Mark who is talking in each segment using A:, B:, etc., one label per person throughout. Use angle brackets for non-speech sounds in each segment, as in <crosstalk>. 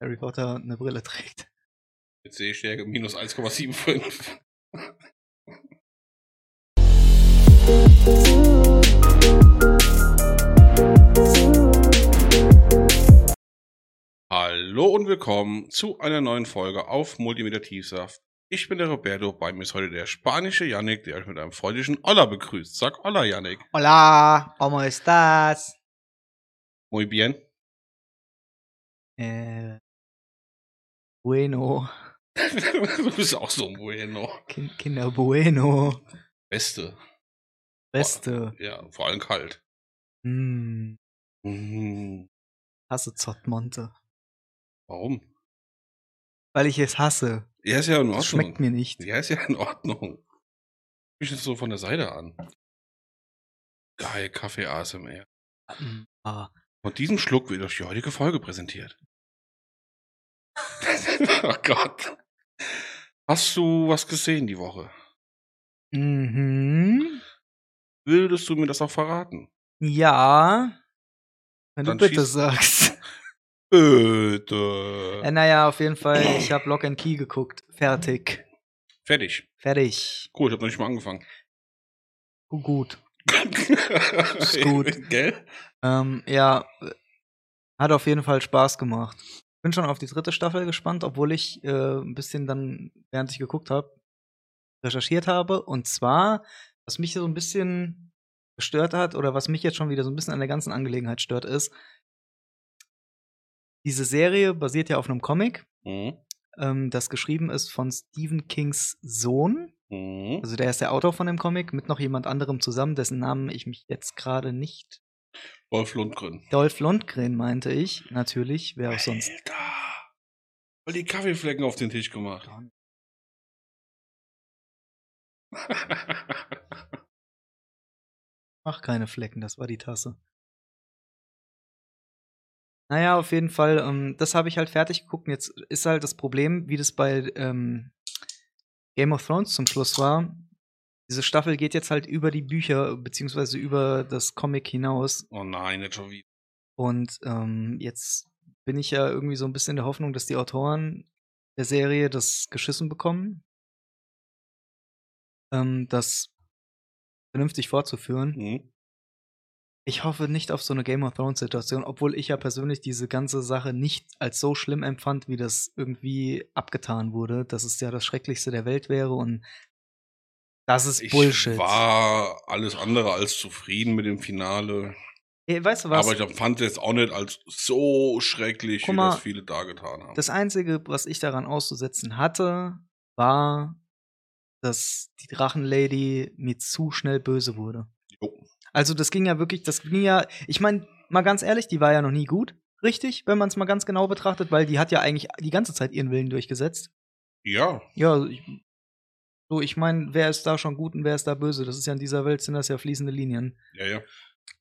A: Harry Potter eine Brille trägt. <laughs>
B: PC-Stärke minus 1,75. Hallo und willkommen zu einer neuen Folge auf Multimedia Tiefsaft. Ich bin der Roberto, bei mir ist heute der spanische Yannick, der euch mit einem freundlichen Hola begrüßt. Sag Hola, Yannick.
A: Hola, ¿cómo estás?
B: Muy bien. <laughs>
A: Äh, bueno,
B: du bist auch so ein Bueno.
A: Kin- Kinder bueno,
B: Beste.
A: Beste.
B: Ja, vor allem kalt.
A: Hm,
B: Mhm.
A: hasse Zottmonte.
B: Warum?
A: Weil ich es hasse.
B: Ja, ist ja in Ordnung.
A: Das schmeckt mir nicht.
B: Ja, ist ja in Ordnung. Ich jetzt so von der Seite an. Geil, Kaffee ASMR.
A: Hm, Ah,
B: Von diesem Schluck wird euch die heutige Folge präsentiert. <laughs> oh Gott. Hast du was gesehen die Woche?
A: mhm.
B: Würdest du mir das auch verraten?
A: Ja. Wenn
B: Dann
A: du bitte
B: schieß-
A: sagst. Äh,
B: Bitte.
A: naja, auf jeden Fall, ich habe Lock and Key geguckt. Fertig.
B: Fertig.
A: Fertig.
B: Cool, ich habe noch nicht mal <laughs> angefangen.
A: Gut, Gut.
B: Ist
A: gut.
B: <laughs> Gell?
A: Ähm, ja, äh, hat auf jeden Fall Spaß gemacht. Bin schon auf die dritte Staffel gespannt, obwohl ich äh, ein bisschen dann, während ich geguckt habe, recherchiert habe. Und zwar, was mich so ein bisschen gestört hat oder was mich jetzt schon wieder so ein bisschen an der ganzen Angelegenheit stört, ist, diese Serie basiert ja auf einem Comic,
B: Mhm.
A: ähm, das geschrieben ist von Stephen Kings Sohn.
B: Mhm.
A: Also der ist der Autor von dem Comic mit noch jemand anderem zusammen, dessen Namen ich mich jetzt gerade nicht.
B: Wolf Lundgren.
A: Dolph Lundgren meinte ich, natürlich, wer auch
B: <laughs>
A: sonst.
B: Alter. Voll die Kaffeeflecken auf den Tisch gemacht.
A: Mach keine Flecken, das war die Tasse. Naja, auf jeden Fall, ähm, das habe ich halt fertig geguckt. Und jetzt ist halt das Problem, wie das bei ähm, Game of Thrones zum Schluss war. Diese Staffel geht jetzt halt über die Bücher, beziehungsweise über das Comic hinaus.
B: oh nein, nicht schon wieder.
A: Und ähm, jetzt bin ich ja irgendwie so ein bisschen in der Hoffnung, dass die Autoren der Serie das geschissen bekommen, ähm, das vernünftig fortzuführen.
B: Mhm.
A: Ich hoffe nicht auf so eine Game of Thrones-Situation, obwohl ich ja persönlich diese ganze Sache nicht als so schlimm empfand, wie das irgendwie abgetan wurde, dass es ja das Schrecklichste der Welt wäre und das ist
B: Ich
A: Bullshit.
B: war alles andere als zufrieden mit dem Finale.
A: Ey, weißt du was?
B: Aber ich fand es auch nicht als so schrecklich,
A: Guck
B: wie
A: mal,
B: das viele da getan haben.
A: Das Einzige, was ich daran auszusetzen hatte, war, dass die Drachenlady mir zu schnell böse wurde.
B: Jo.
A: Also das ging ja wirklich, das ging ja, ich meine, mal ganz ehrlich, die war ja noch nie gut, richtig, wenn man es mal ganz genau betrachtet, weil die hat ja eigentlich die ganze Zeit ihren Willen durchgesetzt.
B: ja,
A: Ja, also ich, so ich meine, wer ist da schon gut und wer ist da böse? Das ist ja in dieser Welt sind das ja fließende Linien.
B: ja, ja.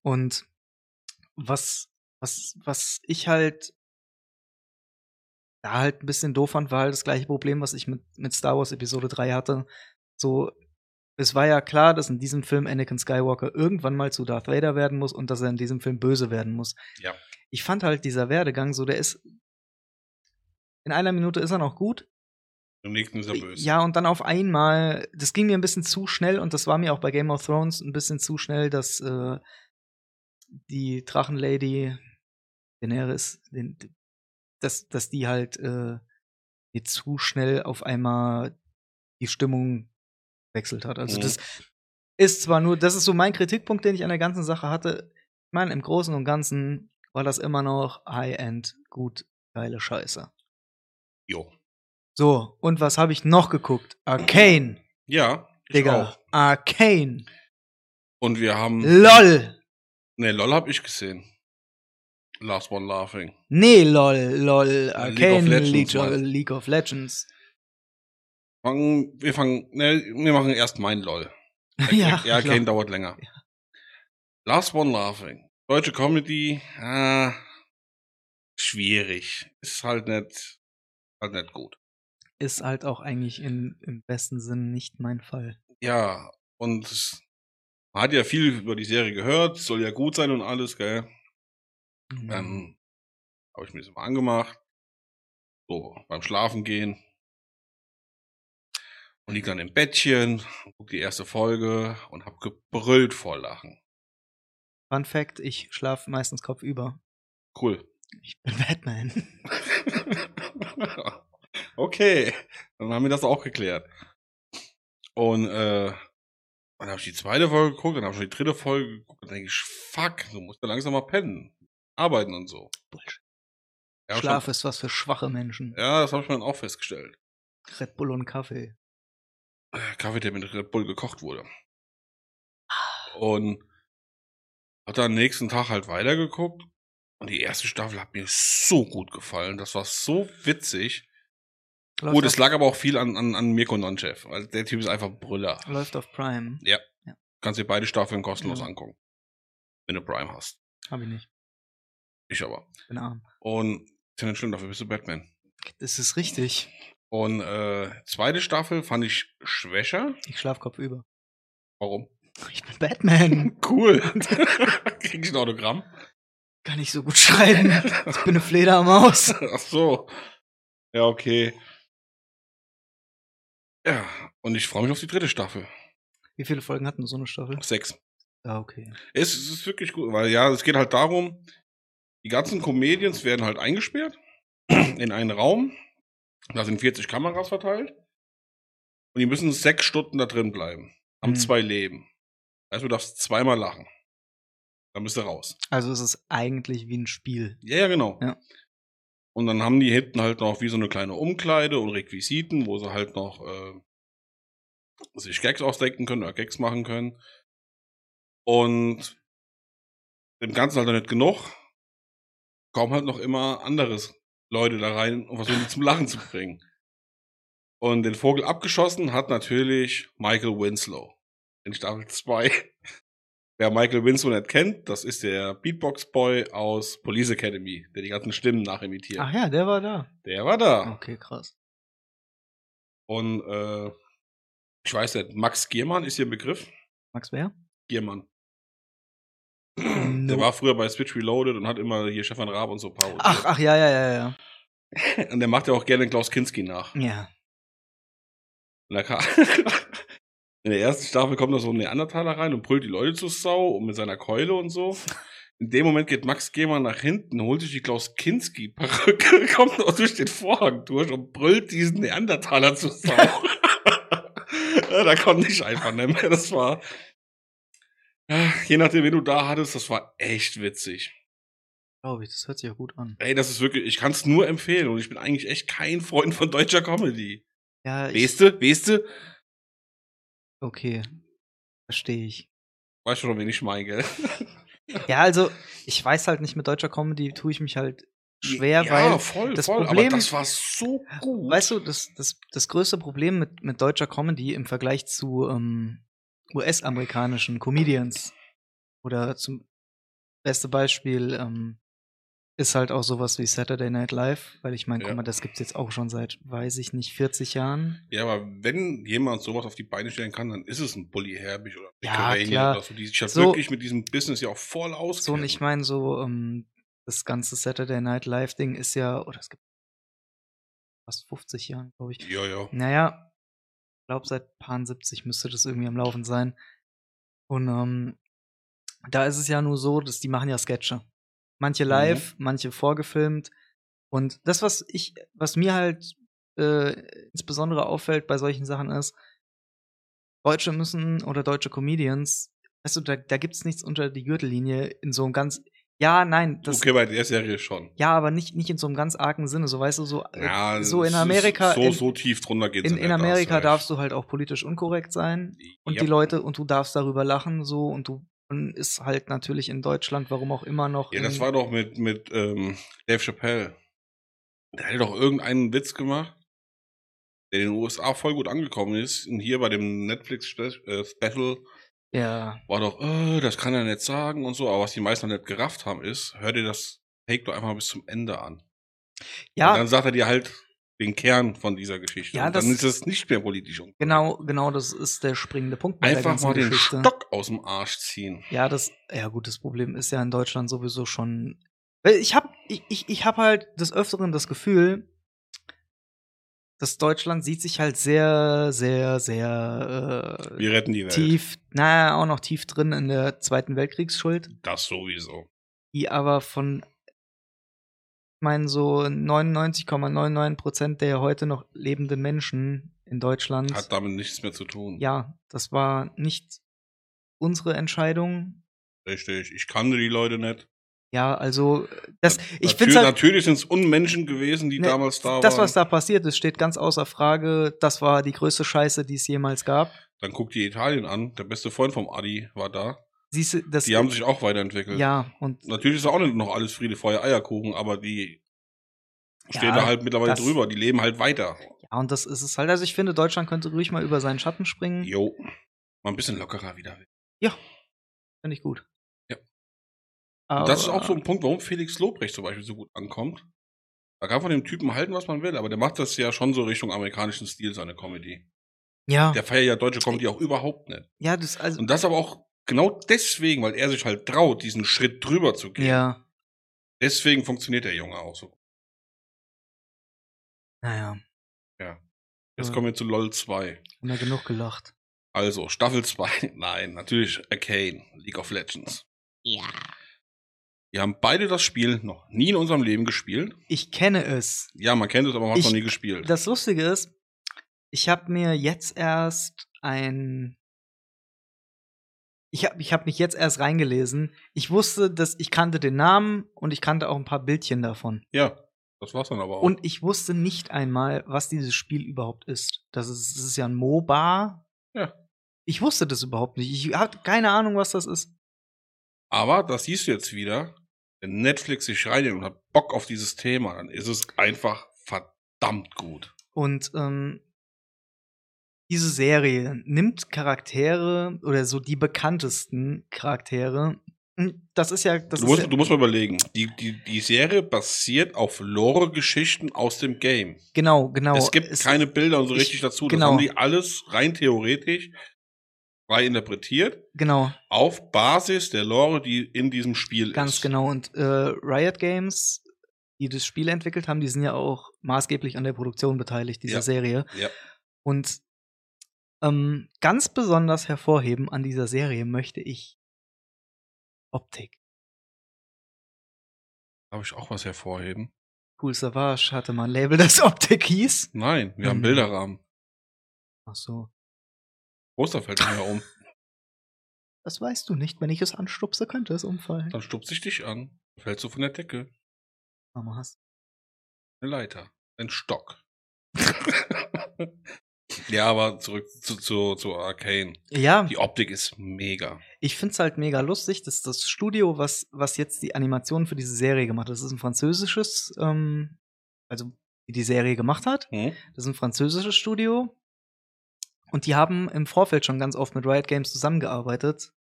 A: Und was, was, was ich halt da halt ein bisschen doof fand, war halt das gleiche Problem, was ich mit, mit Star Wars Episode 3 hatte. So, es war ja klar, dass in diesem Film Anakin Skywalker irgendwann mal zu Darth Vader werden muss und dass er in diesem Film böse werden muss.
B: Ja.
A: Ich fand halt dieser Werdegang so, der ist. In einer Minute ist er noch gut,
B: Im nächsten ist er böse.
A: ja, und dann auf einmal, das ging mir ein bisschen zu schnell und das war mir auch bei Game of Thrones ein bisschen zu schnell, dass äh, die Drachenlady Daenerys, den, dass, dass die halt äh, mir zu schnell auf einmal die Stimmung wechselt hat. Also
B: Mhm.
A: das ist zwar nur, das ist so mein Kritikpunkt, den ich an der ganzen Sache hatte. Ich meine, im Großen und Ganzen war das immer noch High-End, gut, geile Scheiße.
B: Jo.
A: So, und was habe ich noch geguckt? Arcane,
B: Ja, ich
A: Digga.
B: auch.
A: Arcane.
B: Und wir haben.
A: LOL.
B: ne, LOL hab ich gesehen. Last One Laughing.
A: Nee, LOL, LOL. Arcane,
B: Äh, Legends,
A: League of,
B: meinst
A: Legends,
B: du?
A: League of Legends.
B: Fangen, wir fangen, ne, wir machen erst
A: <laughs>
B: mein LOL.
A: Ja,
B: ja,
A: klar.
B: Kane dauert länger. Last One Laughing. Deutsche Comedy, ah, schwierig. Ist halt nicht, halt nicht gut.
A: Ist halt auch eigentlich in, im besten Sinn nicht mein Fall.
B: Ja, und es- man hat ja viel über die Serie gehört, soll ja gut
A: Hm.
B: Ähm, sein und alles, gell? Ähm, habe ich mir das mal angemacht. So, beim Schlafen gehen. Und lieg dann im Bettchen, guck die erste Folge und hab gebrüllt vor Lachen.
A: Fun Fact, ich schlafe meistens kopfüber.
B: Cool. <laughs>
A: Ich bin Batman.
B: okay, dann haben wir das auch geklärt. Und äh, dann habe ich die zweite Folge geguckt, dann habe ich die dritte Folge geguckt, dann denke ich, fuck, du musst ja langsam mal pennen, arbeiten und so.
A: Bullshit.
B: Ja,
A: Schlaf
B: schon-
A: ist was für schwache Menschen.
B: Ja, das habe ich mir dann auch festgestellt.
A: Red Bull und Kaffee.
B: äh, Kaffee, der mit Red Bull gekocht wurde. Und hat dann am nächsten Tag halt weitergeguckt. Und die erste Staffel hat mir so gut gefallen. Das war so witzig.
A: Läuft,
B: Gut, es
A: auf,
B: lag aber auch viel an, an, an Mirko Nonchev. Also der Typ ist einfach ein Brüller.
A: läuft auf Prime.
B: Kannst dir beide Staffeln kostenlos
A: Ja.
B: angucken. Wenn du Prime hast.
A: Hab ich nicht.
B: Ich aber.
A: Bin arm.
B: Und ist ja nicht schlimm, dafür bist du Batman.
A: Das ist richtig.
B: Und äh, zweite Staffel fand ich schwächer.
A: Ich schlaf kopfüber.
B: Warum?
A: Ich bin Batman.
B: <laughs> Cool. Krieg ich ein Autogramm?
A: Kann ich so gut schreiben. Ich bin eine Fledermaus.
B: Ach so. Ja, okay. Ja, und ich freue mich auf die dritte Staffel.
A: Wie viele Folgen hatten so eine Staffel?
B: Sechs.
A: Ah, okay.
B: Es, es ist wirklich gut, weil ja, es geht halt darum, die ganzen Comedians werden halt eingesperrt <clears throat> in einen Raum. Da sind 40 Kameras verteilt. Und die müssen sechs Stunden da drin bleiben. Haben
A: Mhm.
B: zwei Leben. Also du darfst zweimal lachen. Dann bist du raus.
A: Also ist es eigentlich wie ein Spiel.
B: Ja, ja, genau.
A: Ja.
B: Und dann haben die hinten halt noch wie so eine kleine Umkleide und Requisiten, wo sie halt noch äh, sich Gags ausdenken können oder Gags machen können. Und dem Ganzen halt noch nicht genug. Kommen halt noch immer anderes Leute da rein und versuchen die zum Lachen zu bringen. Und den Vogel abgeschossen hat natürlich Michael Winslow in Staffel 2. <laughs> Wer Michael Winslow nicht kennt, das ist der Beatbox-Boy aus Police Academy, der die ganzen Stimmen nachimitiert.
A: Ach ja, der war da.
B: Der war da.
A: Okay, krass.
B: Und äh, ich weiß nicht, Max Giermann ist hier ein Begriff.
A: Max wer?
B: Giermann. Der
A: No.
B: war früher bei Switch Reloaded und hat immer hier Stefan Raab und so parodiert.
A: Ach, ach, ja, ja, ja, ja.
B: Und der macht ja auch gerne Klaus Kinski nach.
A: Ja.
B: Und da kam <laughs> In der ersten Staffel kommt da so ein Neandertaler rein und brüllt die Leute zur Sau und mit seiner Keule und so. In dem Moment geht Max Gehmann nach hinten, holt sich die Klaus Kinski-Perücke, <laughs> kommt auch durch den Vorhang durch und brüllt diesen Neandertaler zur Sau. Ja, da konnte ich einfach nicht mehr. Das war, Ah, je nachdem, wen du da hattest, das war echt witzig.
A: Glaube ich, das hört sich ja gut an.
B: Ey, das ist wirklich, ich kann es nur empfehlen und ich bin eigentlich echt kein Freund von deutscher Comedy.
A: Ja, ich,
B: Weste, weste,
A: okay. Verstehe ich.
B: weißt du schon, wen ich meine, gell?
A: Ja, also, ich weiß halt nicht, mit deutscher Comedy tue ich mich halt schwer,
B: ja,
A: weil
B: voll,
A: das
B: voll.
A: Problem-
B: aber das war so gut.
A: Weißt du, das, das, das größte Problem mit, mit deutscher Comedy im Vergleich zu ähm, US-amerikanischen Comedians oder zum beste Beispiel ähm, ist halt auch sowas wie Saturday Night Live, weil ich meine,
B: Ja.
A: guck mal, das gibt's jetzt auch schon seit, weiß ich nicht, 40 Jahren.
B: ja, aber wenn jemand sowas auf die Beine stellen kann, dann ist es ein Bully Herbig oder
A: Ja,
B: Pickering
A: klar.
B: oder so, die sich ja
A: So-
B: wirklich mit diesem Business ja auch voll auskennen.
A: So, und ich meine, so ähm, das ganze Saturday Night Live-Ding ist ja, oder es gibt fast 50 Jahren, glaube ich.
B: Ja, ja.
A: Naja, ich glaube, seit paar 70 müsste das irgendwie am Laufen sein. Und ähm, da ist es ja nur so, dass die machen ja Sketche. Manche
B: Mhm.
A: live, manche vorgefilmt. Und das, was ich, was mir halt äh, insbesondere auffällt bei solchen Sachen ist, Deutsche müssen oder deutsche Comedians, weißt du, da, da gibt's nichts unter die Gürtellinie in so einem ganz, ja, nein, das,
B: okay, bei der Serie schon.
A: ja, aber nicht, nicht in so einem ganz argen Sinne, so weißt du, so, äh,
B: Ja,
A: so in
B: es ist
A: Amerika,
B: So,
A: in-
B: so tief drunter geht's
A: in,
B: nicht,
A: in
B: da hast
A: Amerika
B: recht.
A: darfst du halt auch politisch unkorrekt sein und
B: Ja.
A: die Leute und du darfst darüber lachen so und du und ist halt natürlich in Deutschland, warum auch immer noch.
B: Ja,
A: in-
B: das war doch mit, mit ähm, Dave Chappelle. Der hat doch irgendeinen Witz gemacht, der in den USA voll gut angekommen ist. Und hier bei dem Netflix-Special
A: ja
B: war doch, äh, das kann er nicht sagen und so. Aber was die meisten noch nicht gerafft haben, ist, hör dir das Take doch einfach mal bis zum Ende an. Und
A: ja
B: dann sagt er dir halt den Kern von dieser Geschichte.
A: Ja,
B: und
A: das-
B: dann ist es nicht mehr politisch. Und
A: genau genau das ist der springende Punkt bei der
B: einfach
A: ganzen
B: mal den
A: Geschichte.
B: Stock aus dem Arsch ziehen.
A: Ja, das ja gut, das Problem ist ja in Deutschland sowieso schon. Weil ich habe ich, ich, ich hab halt des öfteren das Gefühl, dass Deutschland sieht sich halt sehr, sehr, sehr äh,
B: Wir retten die Welt.
A: tief, na, auch noch tief drin in der Zweiten Weltkriegsschuld,
B: Das sowieso.
A: die aber von, ich meine, so 99,99 Prozent der heute noch lebenden Menschen in Deutschland,
B: Hat damit nichts mehr zu tun.
A: ja, das war nicht unsere Entscheidung.
B: Richtig. Ich kannte die Leute nicht.
A: Ja, also, das, ich
B: natürlich,
A: finde halt,
B: natürlich sind es Unmenschen gewesen, die
A: Ne,
B: damals da
A: das,
B: waren.
A: was da passiert ist, steht ganz außer Frage. Das war die größte Scheiße, die es jemals gab.
B: Dann guck dir Italien an. Der beste Freund vom Adi war da.
A: Siehst du, das
B: Die haben sich auch weiterentwickelt.
A: ja und
B: Natürlich ist auch nicht noch alles Friede, Feuer, Eierkuchen, aber die
A: Ja,
B: stehen da halt mittlerweile
A: das-
B: drüber. Die leben halt weiter.
A: ja und das ist es halt. Also ich finde, Deutschland könnte ruhig mal über seinen Schatten springen.
B: Jo. Mal ein bisschen lockerer wieder.
A: Finde ich gut.
B: Ja.
A: Aber,
B: das ist auch so ein Punkt, warum Felix Lobrecht zum Beispiel so gut ankommt. Da kann von dem Typen halten, was man will, aber der macht das ja schon so Richtung amerikanischen Stil, seine Comedy.
A: Ja,
B: Der feiert ja deutsche Comedy auch überhaupt nicht.
A: ja, das also
B: Und das aber auch genau deswegen, weil er sich halt traut, diesen Schritt drüber zu gehen.
A: ja.
B: Deswegen funktioniert der Junge auch so.
A: Naja,
B: Jetzt
A: Ja.
B: kommen wir zu LOL 2.
A: haben wir genug gelacht.
B: Also, Staffel 2. <laughs> Nein, natürlich Arcane, League of Legends.
C: Ja.
B: Wir haben beide das Spiel noch nie in unserem Leben gespielt.
A: Ich kenne es.
B: Ja, man kennt es, aber man hat es
A: Ich-
B: noch nie gespielt.
A: Das Lustige ist, ich habe mir jetzt erst ein ich habe ich hab mich jetzt erst reingelesen. Ich wusste, dass ich kannte den Namen und ich kannte auch ein paar Bildchen davon.
B: Ja, das war's dann aber auch.
A: Und ich wusste nicht einmal, was dieses Spiel überhaupt ist. Das ist, das ist ja ein MOBA.
B: Ja.
A: Ich wusste das überhaupt nicht. Ich hatte keine Ahnung, was das ist.
B: Aber das siehst du jetzt wieder, wenn Netflix sich reinnehmen und hat Bock auf dieses Thema, dann ist es einfach verdammt gut.
A: Und ähm, diese Serie nimmt Charaktere oder so die bekanntesten Charaktere. Und Das ist ja, das
B: Du
A: ist
B: musst,
A: ja,
B: du musst mal überlegen, die, die, die Serie basiert auf Lore-Geschichten aus dem Game.
A: genau, genau.
B: es gibt keine Bilder und so
A: ich-
B: richtig dazu. Das
A: genau.
B: haben die alles rein theoretisch frei interpretiert,
A: Genau,
B: auf Basis der Lore, die in diesem Spiel
A: ganz
B: ist.
A: genau. Und äh, Riot Games, die das Spiel entwickelt haben, die sind ja auch maßgeblich an der Produktion beteiligt dieser
B: Ja.
A: Serie.
B: Ja.
A: Und ähm, ganz besonders hervorheben an dieser Serie möchte ich Optik.
B: Darf ich auch was hervorheben?
A: Cool Savage hatte mal ein Label, <laughs> das Optik hieß.
B: Nein, wir haben
A: Mhm.
B: Bilderrahmen.
A: Ach so.
B: Poster fällt mir um.
A: Das weißt du nicht. Wenn ich es anstupse, könnte es umfallen.
B: Dann stupst ich dich an. Fällst du von der Decke.
A: Mama hast.
B: Eine Leiter. Ein Stock. <laughs> ja, aber zurück zu, zu, zu Arcane.
A: Ja,
B: Die Optik ist mega.
A: ich finde es halt mega lustig, dass das Studio, was, was jetzt die Animation für diese Serie gemacht hat, das ist ein französisches, ähm, also die die Serie gemacht hat.
B: Hm?
A: Das ist ein französisches Studio. Und die haben im Vorfeld schon ganz oft mit Riot Games zusammengearbeitet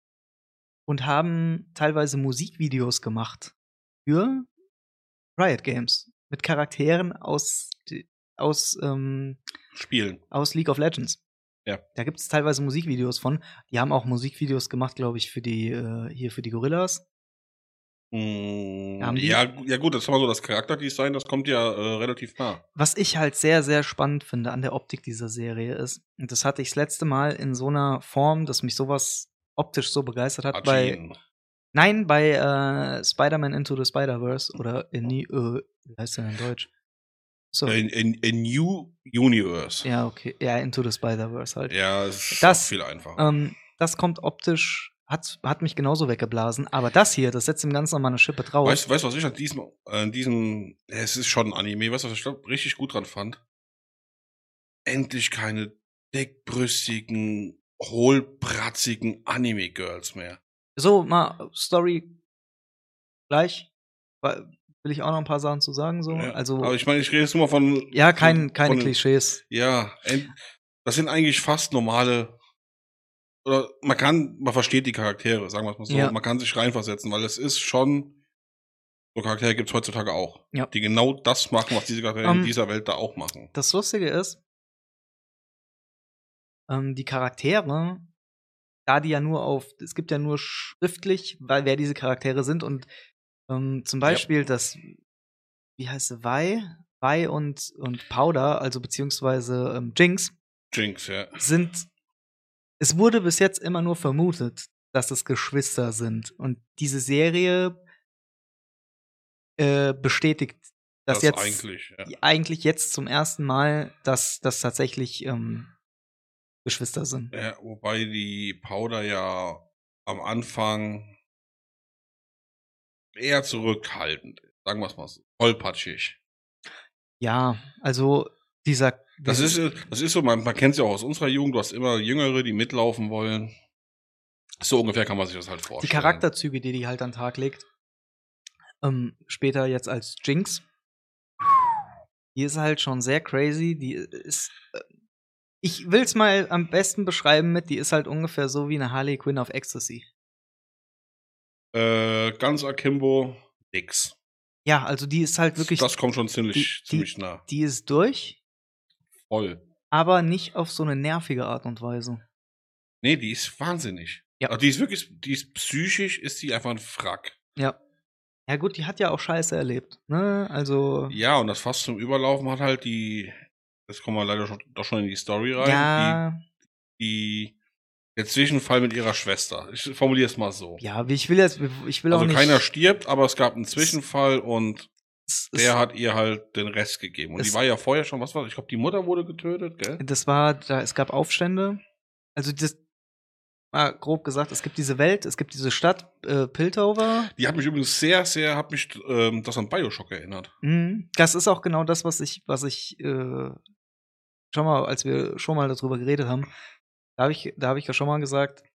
A: und haben teilweise Musikvideos gemacht für Riot Games mit Charakteren aus, de- aus, ähm,
B: Spielen.
A: aus League of Legends.
B: Ja.
A: Da gibt es teilweise Musikvideos von. Die haben auch Musikvideos gemacht, glaube ich, für die äh, hier für die Gorillas.
B: Hm,
A: Haben die-
B: ja, gu- ja, gut, das ist mal so das Charakterdesign, das kommt ja äh, relativ nah.
A: Was ich halt sehr, sehr spannend finde an der Optik dieser Serie ist, und das hatte ich das letzte Mal in so einer Form, dass mich sowas optisch so begeistert hat, bei,
B: Arcane.
A: nein, bei äh, Spider-Man Into the Spider-Verse oder in, die- äh, wie heißt der denn in Deutsch? So,
B: Äh, in, in, in New Universe.
A: ja, okay, ja, Into the Spider-Verse halt.
B: Ja, es ist
A: Das-
B: auch viel einfacher.
A: Ähm, das kommt optisch, hat, hat mich genauso weggeblasen, aber das hier, das setzt dem Ganzen nochmal eine Schippe drauf.
B: weißt du, weißt, du, was ich an diesem, an diesem, es ist schon ein Anime, weißt du, was ich da richtig gut dran fand? Endlich keine dickbrüstigen, hohlpratzigen Anime-Girls mehr.
A: so, mal Story gleich, weil- will ich auch noch ein paar Sachen zu sagen, so,
B: Ja,
A: also,
B: ne? Aber ich meine, ich rede jetzt nur mal von.
A: ja, kein, keine
B: von-
A: Klischees.
B: Ja, en- das sind eigentlich fast normale. Oder man kann, man versteht die Charaktere, sagen wir es mal so.
A: Ja.
B: Man kann sich reinversetzen, weil es ist schon. So Charaktere gibt es heutzutage auch.
A: Ja.
B: Die genau das machen, was diese Charaktere in
A: Ähm,
B: dieser Welt da auch machen.
A: Das Lustige ist, ähm, die Charaktere, da die ja nur auf, es gibt ja nur schriftlich, weil wer diese Charaktere sind und ähm, zum Beispiel das, wie heißt sie, Wei? Pi und, und Powder, also beziehungsweise ähm, Jinx,
B: Jinx, ja.
A: sind. Es wurde bis jetzt immer nur vermutet, dass es Geschwister sind. Und diese Serie äh, bestätigt das, jetzt
B: eigentlich, ja.
A: eigentlich jetzt zum ersten Mal, dass das tatsächlich ähm, Geschwister sind.
B: ja. Wobei die Powder ja am Anfang eher zurückhaltend ist. Sagen wir es mal so. Vollpatschig.
A: Ja, also dieser.
B: Das ist, das ist so, man, man kennt es ja auch aus unserer Jugend, du hast immer Jüngere, die mitlaufen wollen. So ungefähr kann man sich das halt vorstellen.
A: die Charakterzüge, die die halt an den Tag legt. Ähm, später jetzt als Jinx. Die ist halt schon sehr crazy. Die ist. äh, Ich will's mal am besten beschreiben mit, die ist halt ungefähr so wie eine Harley Quinn auf Ecstasy.
B: Äh, ganz Akimbo, nix.
A: Ja, also die ist halt wirklich.
B: das kommt schon ziemlich,
A: die- die-
B: ziemlich nah.
A: Die ist durch,
B: Voll.
A: aber nicht auf so eine nervige Art und Weise.
B: Nee, die ist wahnsinnig.
A: Ja.
B: Also die ist wirklich, die ist psychisch, ist die einfach ein Frack.
A: Ja. Ja, gut, die hat ja auch Scheiße erlebt. Ne? Also.
B: Ja, und das Fass zum Überlaufen hat halt die, jetzt kommen wir leider schon, doch schon in die Story rein,
A: Ja,
B: die, die, der Zwischenfall mit ihrer Schwester. Ich formuliere es mal so.
A: ja, wie- ich will jetzt, ich will auch
B: Also
A: nicht.
B: keiner stirbt, aber es gab einen Zwischenfall und
A: es- es-
B: der hat ihr halt den Rest gegeben. Und die
A: es-
B: war ja vorher schon, was war das? Ich glaube, die Mutter wurde getötet, gell?
A: Das war, da, es gab Aufstände. Also das, mal grob gesagt, es gibt diese Welt, es gibt diese Stadt, äh, Piltover.
B: Die hat mich übrigens sehr, sehr, hat mich ähm, das an Bioshock erinnert.
A: Mhm. Das ist auch genau das, was ich, was ich, äh, schon mal, als wir schon mal darüber geredet haben, da habe ich, da habe ich ja schon mal gesagt, ich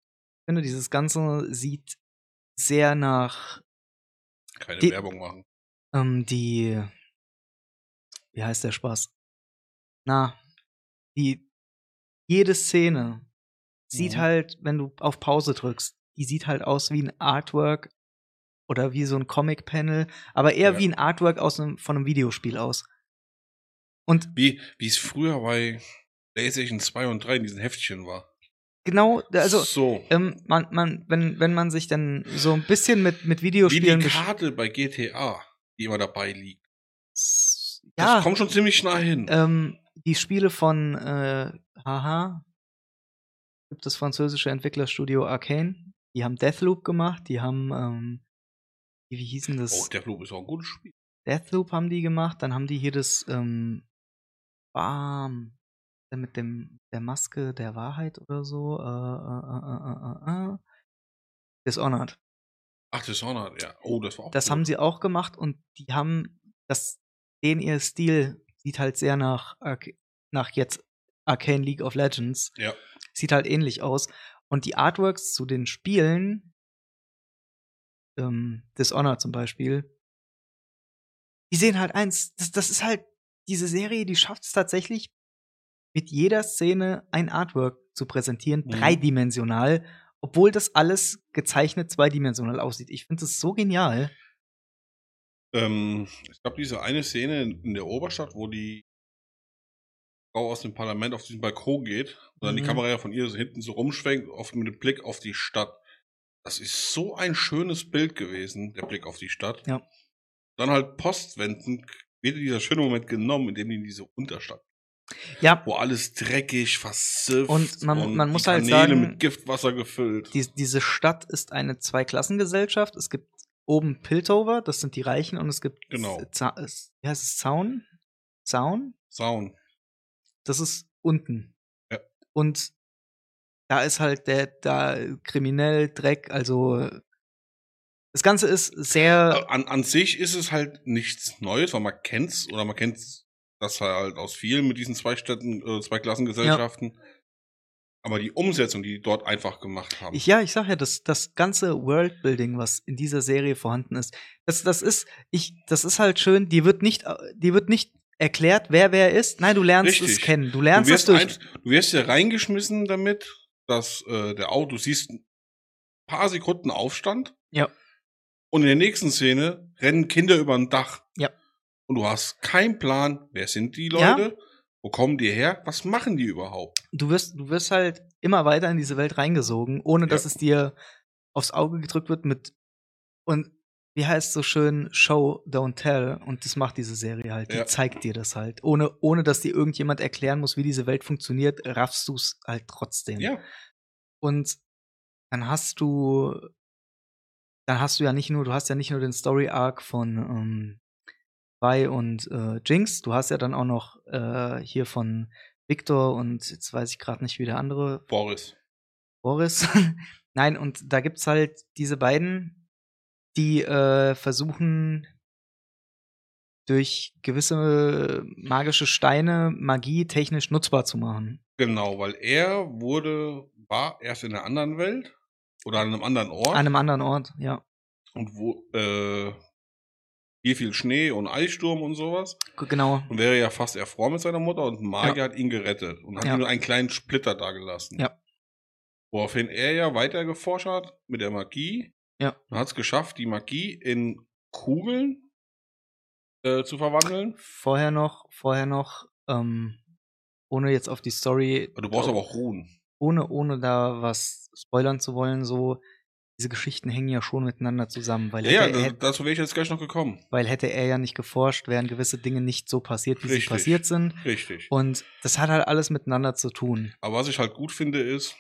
A: finde, dieses Ganze sieht sehr nach,
B: Keine
A: Die-
B: Werbung machen.
A: ähm, die, wie heißt der Spaß? Na, die, jede Szene sieht
B: Mhm.
A: halt, wenn du auf Pause drückst, die sieht halt aus wie ein Artwork oder wie so ein Comic-Panel, aber eher
B: Ja.
A: wie ein Artwork aus einem, von einem Videospiel aus. Und
B: Wie, wie es früher bei PlayStation 2 und 3 in diesen Heftchen war.
A: genau, also,
B: so.
A: ähm, man, man, wenn, wenn man sich dann so ein bisschen mit, mit
B: Wie die
A: Videospielen besch-
B: Karte bei GTA, die immer dabei liegt. Das
A: ja,
B: kommt schon ziemlich nah hin.
A: ähm, die Spiele von äh, Haha gibt das französische Entwicklerstudio Arcane. Die haben Deathloop gemacht, die haben ähm, wie wie hießen
B: oh,
A: das?
B: der Flug ist auch ein gutes Spiel.
A: Deathloop haben die gemacht, dann haben die hier das ähm, Bam mit dem der Maske der Wahrheit oder so. Äh, äh, äh, äh, äh, äh. Dishonored.
B: Ach, Dishonored, ja. Oh, das war auch
A: Das
B: gut.
A: haben sie auch gemacht und die haben das, den ihr Stil sieht halt sehr nach, Arc- nach jetzt Arcane League of Legends.
B: Ja.
A: Sieht halt ähnlich aus. Und die Artworks zu den Spielen, ähm, Dishonored zum Beispiel, die sehen halt eins, das, das ist halt, diese Serie, die schafft es tatsächlich, mit jeder Szene ein Artwork zu präsentieren,
B: Mhm.
A: dreidimensional, obwohl das alles gezeichnet zweidimensional aussieht. Ich finde das so genial.
B: Ähm, ich glaube, diese eine Szene in in der Oberstadt, wo die Frau aus dem Parlament auf diesen Balkon geht und dann die
A: Mhm.
B: Kamera ja von ihr so hinten so rumschwenkt, oft mit dem Blick auf die Stadt. Das ist so ein schönes Bild gewesen, der Blick auf die Stadt.
A: Ja.
B: Dann halt postwendend wird dir dieser schöne Moment genommen, indem die in diese Unterstadt,
A: Ja,
B: wo alles dreckig, versifft
A: Und man- man muss
B: die
A: halt
B: Kanäle
A: sagen,
B: mit Giftwasser gefüllt.
A: die, diese Stadt ist eine Zweiklassengesellschaft. Es gibt oben Piltover, das sind die Reichen, und es gibt
B: Genau.
A: Za äh, wie heißt es, Zaun? Zaun?
B: Sound.
A: Das ist unten.
B: Ja.
A: Und da ist halt der, da kriminell, Dreck, also äh, das Ganze ist sehr,
B: Äh, an, an sich ist es halt nichts Neues, weil man kennt's oder man kennt das halt aus vielen mit diesen zwei Städten, äh, zwei Klassengesellschaften. Aber die Umsetzung, die die dort einfach gemacht haben.
A: ich, ja, ich sag ja, das, das ganze Worldbuilding, was in dieser Serie vorhanden ist, das, das ist, ich, das ist halt schön, die wird nicht, äh, die wird nicht erklärt, wer wer ist. Nein, du lernst es
B: Richtig.
A: kennen. Du
B: du,
A: lernst es
B: wirst
A: durch.
B: ein, du wirst hier reingeschmissen damit, dass äh, der Auto, du siehst ein paar Sekunden Aufstand.
A: Ja.
B: Und in der nächsten Szene rennen Kinder über ein Dach.
A: Ja.
B: Und du hast keinen Plan, wer sind die
A: Ja.
B: Leute, wo kommen die her, was machen die überhaupt?
A: du wirst, du wirst halt immer weiter in diese Welt reingesogen, ohne dass
B: Ja.
A: es dir aufs Auge gedrückt wird mit und wie heißt so schön, Show, Don't Tell. Und das macht diese Serie halt. Die
B: Ja.
A: zeigt dir das halt. Ohne, ohne dass dir irgendjemand erklären muss, wie diese Welt funktioniert, raffst du es halt trotzdem.
B: Ja,
A: Und dann hast du, dann hast du ja nicht nur, du hast ja nicht nur den Story Arc von ähm, Vi und äh, Jinx, du hast ja dann auch noch äh, hier von Victor und jetzt weiß ich gerade nicht, wie der andere
B: Boris.
A: Boris. <laughs> Nein, und da gibt's halt diese beiden, die äh, versuchen durch gewisse magische Steine Magie technisch nutzbar zu machen.
B: Genau, weil er wurde, war erst in einer anderen Welt oder an einem anderen Ort
A: An einem anderen Ort, ja.
B: und wo äh, hier viel Schnee und Eissturm und sowas
A: G- Genau.
B: und wäre ja fast erfroren mit seiner Mutter und ein Magier hat ihn gerettet und hat
A: Ja.
B: ihm nur einen kleinen Splitter dagelassen.
A: Ja.
B: Woraufhin er ja weiter geforscht hat mit der Magie
A: Ja.
B: und hat es geschafft, die Magie in Kugeln äh, zu verwandeln.
A: Vorher noch, vorher noch, ähm, ohne jetzt auf die Story,
B: Du brauchst aber auch Ruhen.
A: ohne, ohne da was spoilern zu wollen, so, diese Geschichten hängen ja schon miteinander zusammen, weil,
B: Ja, ja
A: hätte,
B: da-
A: er,
B: dazu wäre ich jetzt gleich noch gekommen.
A: weil hätte er ja nicht geforscht, wären gewisse Dinge nicht so passiert, wie
B: Richtig.
A: sie passiert sind.
B: Richtig.
A: Und das hat halt alles miteinander zu tun.
B: Aber was ich halt gut finde, ist,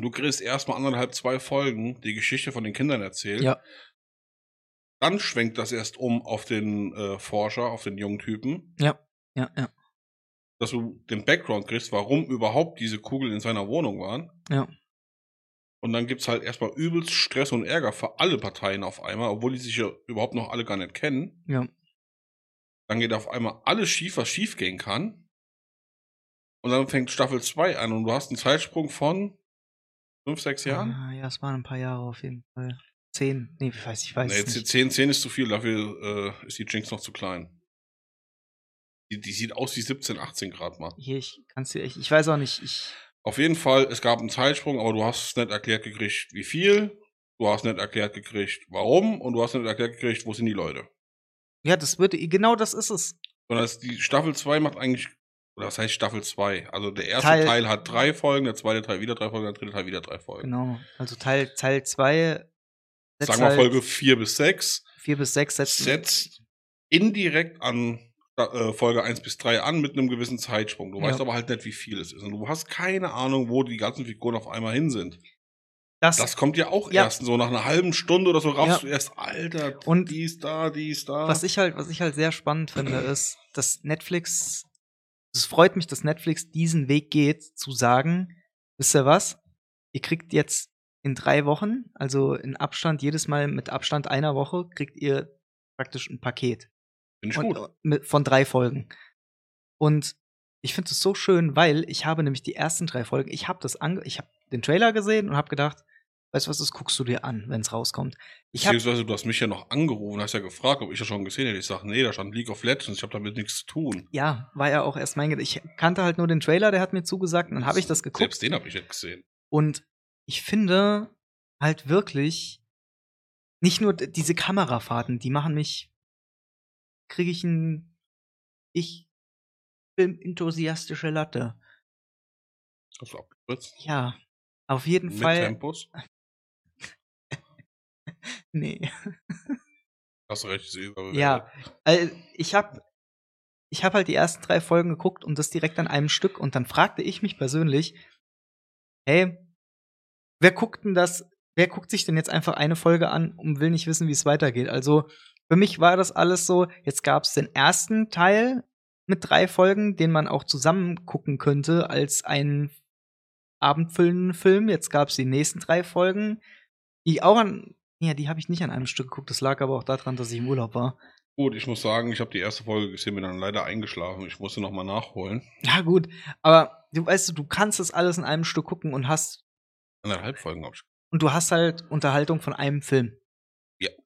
B: du kriegst erstmal anderthalb, zwei Folgen die Geschichte von den Kindern erzählt.
A: Ja.
B: Dann schwenkt das erst um auf den äh, Forscher, auf den jungen Typen,
A: Ja, ja.
B: dass du den Background kriegst, warum überhaupt diese Kugeln in seiner Wohnung waren.
A: Ja.
B: Und dann gibt's halt erstmal übelst Stress und Ärger für alle Parteien auf einmal, obwohl die sich ja überhaupt noch alle gar nicht kennen.
A: Ja.
B: Dann geht auf einmal alles schief, was schief gehen kann. Und dann fängt Staffel 2 an und du hast einen Zeitsprung von 5, 6 Jahren.
A: Ah, ja, es waren ein paar Jahre auf jeden Fall. Zehn. Nee, ich weiß, ich weiß
B: Nee,
A: es
B: jetzt
A: nicht.
B: 10, 10 ist zu viel, dafür äh, ist die Jinx noch zu klein. Die, die sieht aus wie 17, 18 Grad mal.
A: Hier, ich kann's dir echt, ich weiß auch nicht, ich,
B: Auf jeden Fall, es gab einen Zeitsprung, aber du hast es nicht erklärt gekriegt, wie viel. Du hast nicht erklärt gekriegt, warum. Und du hast nicht erklärt gekriegt, wo sind die Leute.
A: ja, das würde, genau das ist es.
B: Und das, die Staffel 2 macht eigentlich, oder das heißt Staffel 2. Also der erste
A: Teil-
B: Teil, hat drei Folgen, der zweite Teil wieder drei Folgen, der dritte Teil wieder drei Folgen.
A: Genau. Also Teil, Teil zwei setzt
B: Sagen wir
A: halt
B: Folge 4 bis 6
A: vier bis sechs setzt,
B: setzt indirekt an äh, Folge 1 bis 3 an mit einem gewissen Zeitsprung. Du
A: Ja.
B: weißt aber halt nicht, wie viel es ist. Und du hast keine Ahnung, wo die ganzen Figuren auf einmal hin sind.
A: das,
B: Das kommt ja auch
A: Ja.
B: erst so nach einer halben Stunde oder so raffst
A: Ja.
B: du erst, Alter,
A: Und-
B: dies da, dies da.
A: was ich halt, was ich halt sehr spannend finde, ist, dass Netflix, es freut mich, dass Netflix diesen Weg geht, zu sagen, wisst ihr was? Ihr kriegt jetzt in drei Wochen, also in Abstand, jedes Mal mit Abstand einer Woche, kriegt ihr praktisch ein Paket.
B: Finde ich
A: und, äh,
B: gut.
A: mit, von drei Folgen. Und ich finde es so schön, weil ich habe nämlich die ersten drei Folgen, ich habe das ange ich habe den Trailer gesehen und habe gedacht, weißt du was, das guckst du dir an, wenn es rauskommt. Ich habe
B: Beziehungsweise du hast mich ja noch angerufen, hast ja gefragt, ob ich das schon gesehen hätte. Ich sag, nee, da stand League of Legends, ich habe damit nichts zu tun.
A: ja, war ja auch erst mein Gedanke. Ich kannte halt nur den Trailer, der hat mir zugesagt und dann habe ich das geguckt.
B: Selbst den habe ich nicht gesehen.
A: Und ich finde halt wirklich nicht nur d- diese Kamerafahrten, die machen mich kriege ich ein ich bin enthusiastische Latte.
B: Hast du abgekürzt?
A: Ja, auf jeden
B: Mit
A: Fall.
B: Tempos.
A: Nee.
B: Hast du recht, diese Überbewertung.
A: Ja, äh, ich habe ich hab halt die ersten drei Folgen geguckt und das direkt an einem Stück und dann fragte ich mich persönlich, hey, wer guckt denn das, wer guckt sich denn jetzt einfach eine Folge an und will nicht wissen, wie es weitergeht? Also für mich war das alles so, jetzt gab es den ersten Teil mit drei Folgen, den man auch zusammen gucken könnte als einen abendfüllenden Film. Jetzt gab es die nächsten drei Folgen, die auch an, ja, die habe ich nicht an einem Stück geguckt. Das lag aber auch daran, dass ich im Urlaub war.
B: Gut, ich muss sagen, ich habe die erste Folge gesehen, bin dann leider eingeschlafen. Ich musste nochmal nachholen.
A: Ja, gut. Aber du weißt du, du kannst das alles in einem Stück gucken und hast
B: Anderthalb Folgen hab ich.
A: und du hast halt Unterhaltung von einem Film.
B: Ja. Ich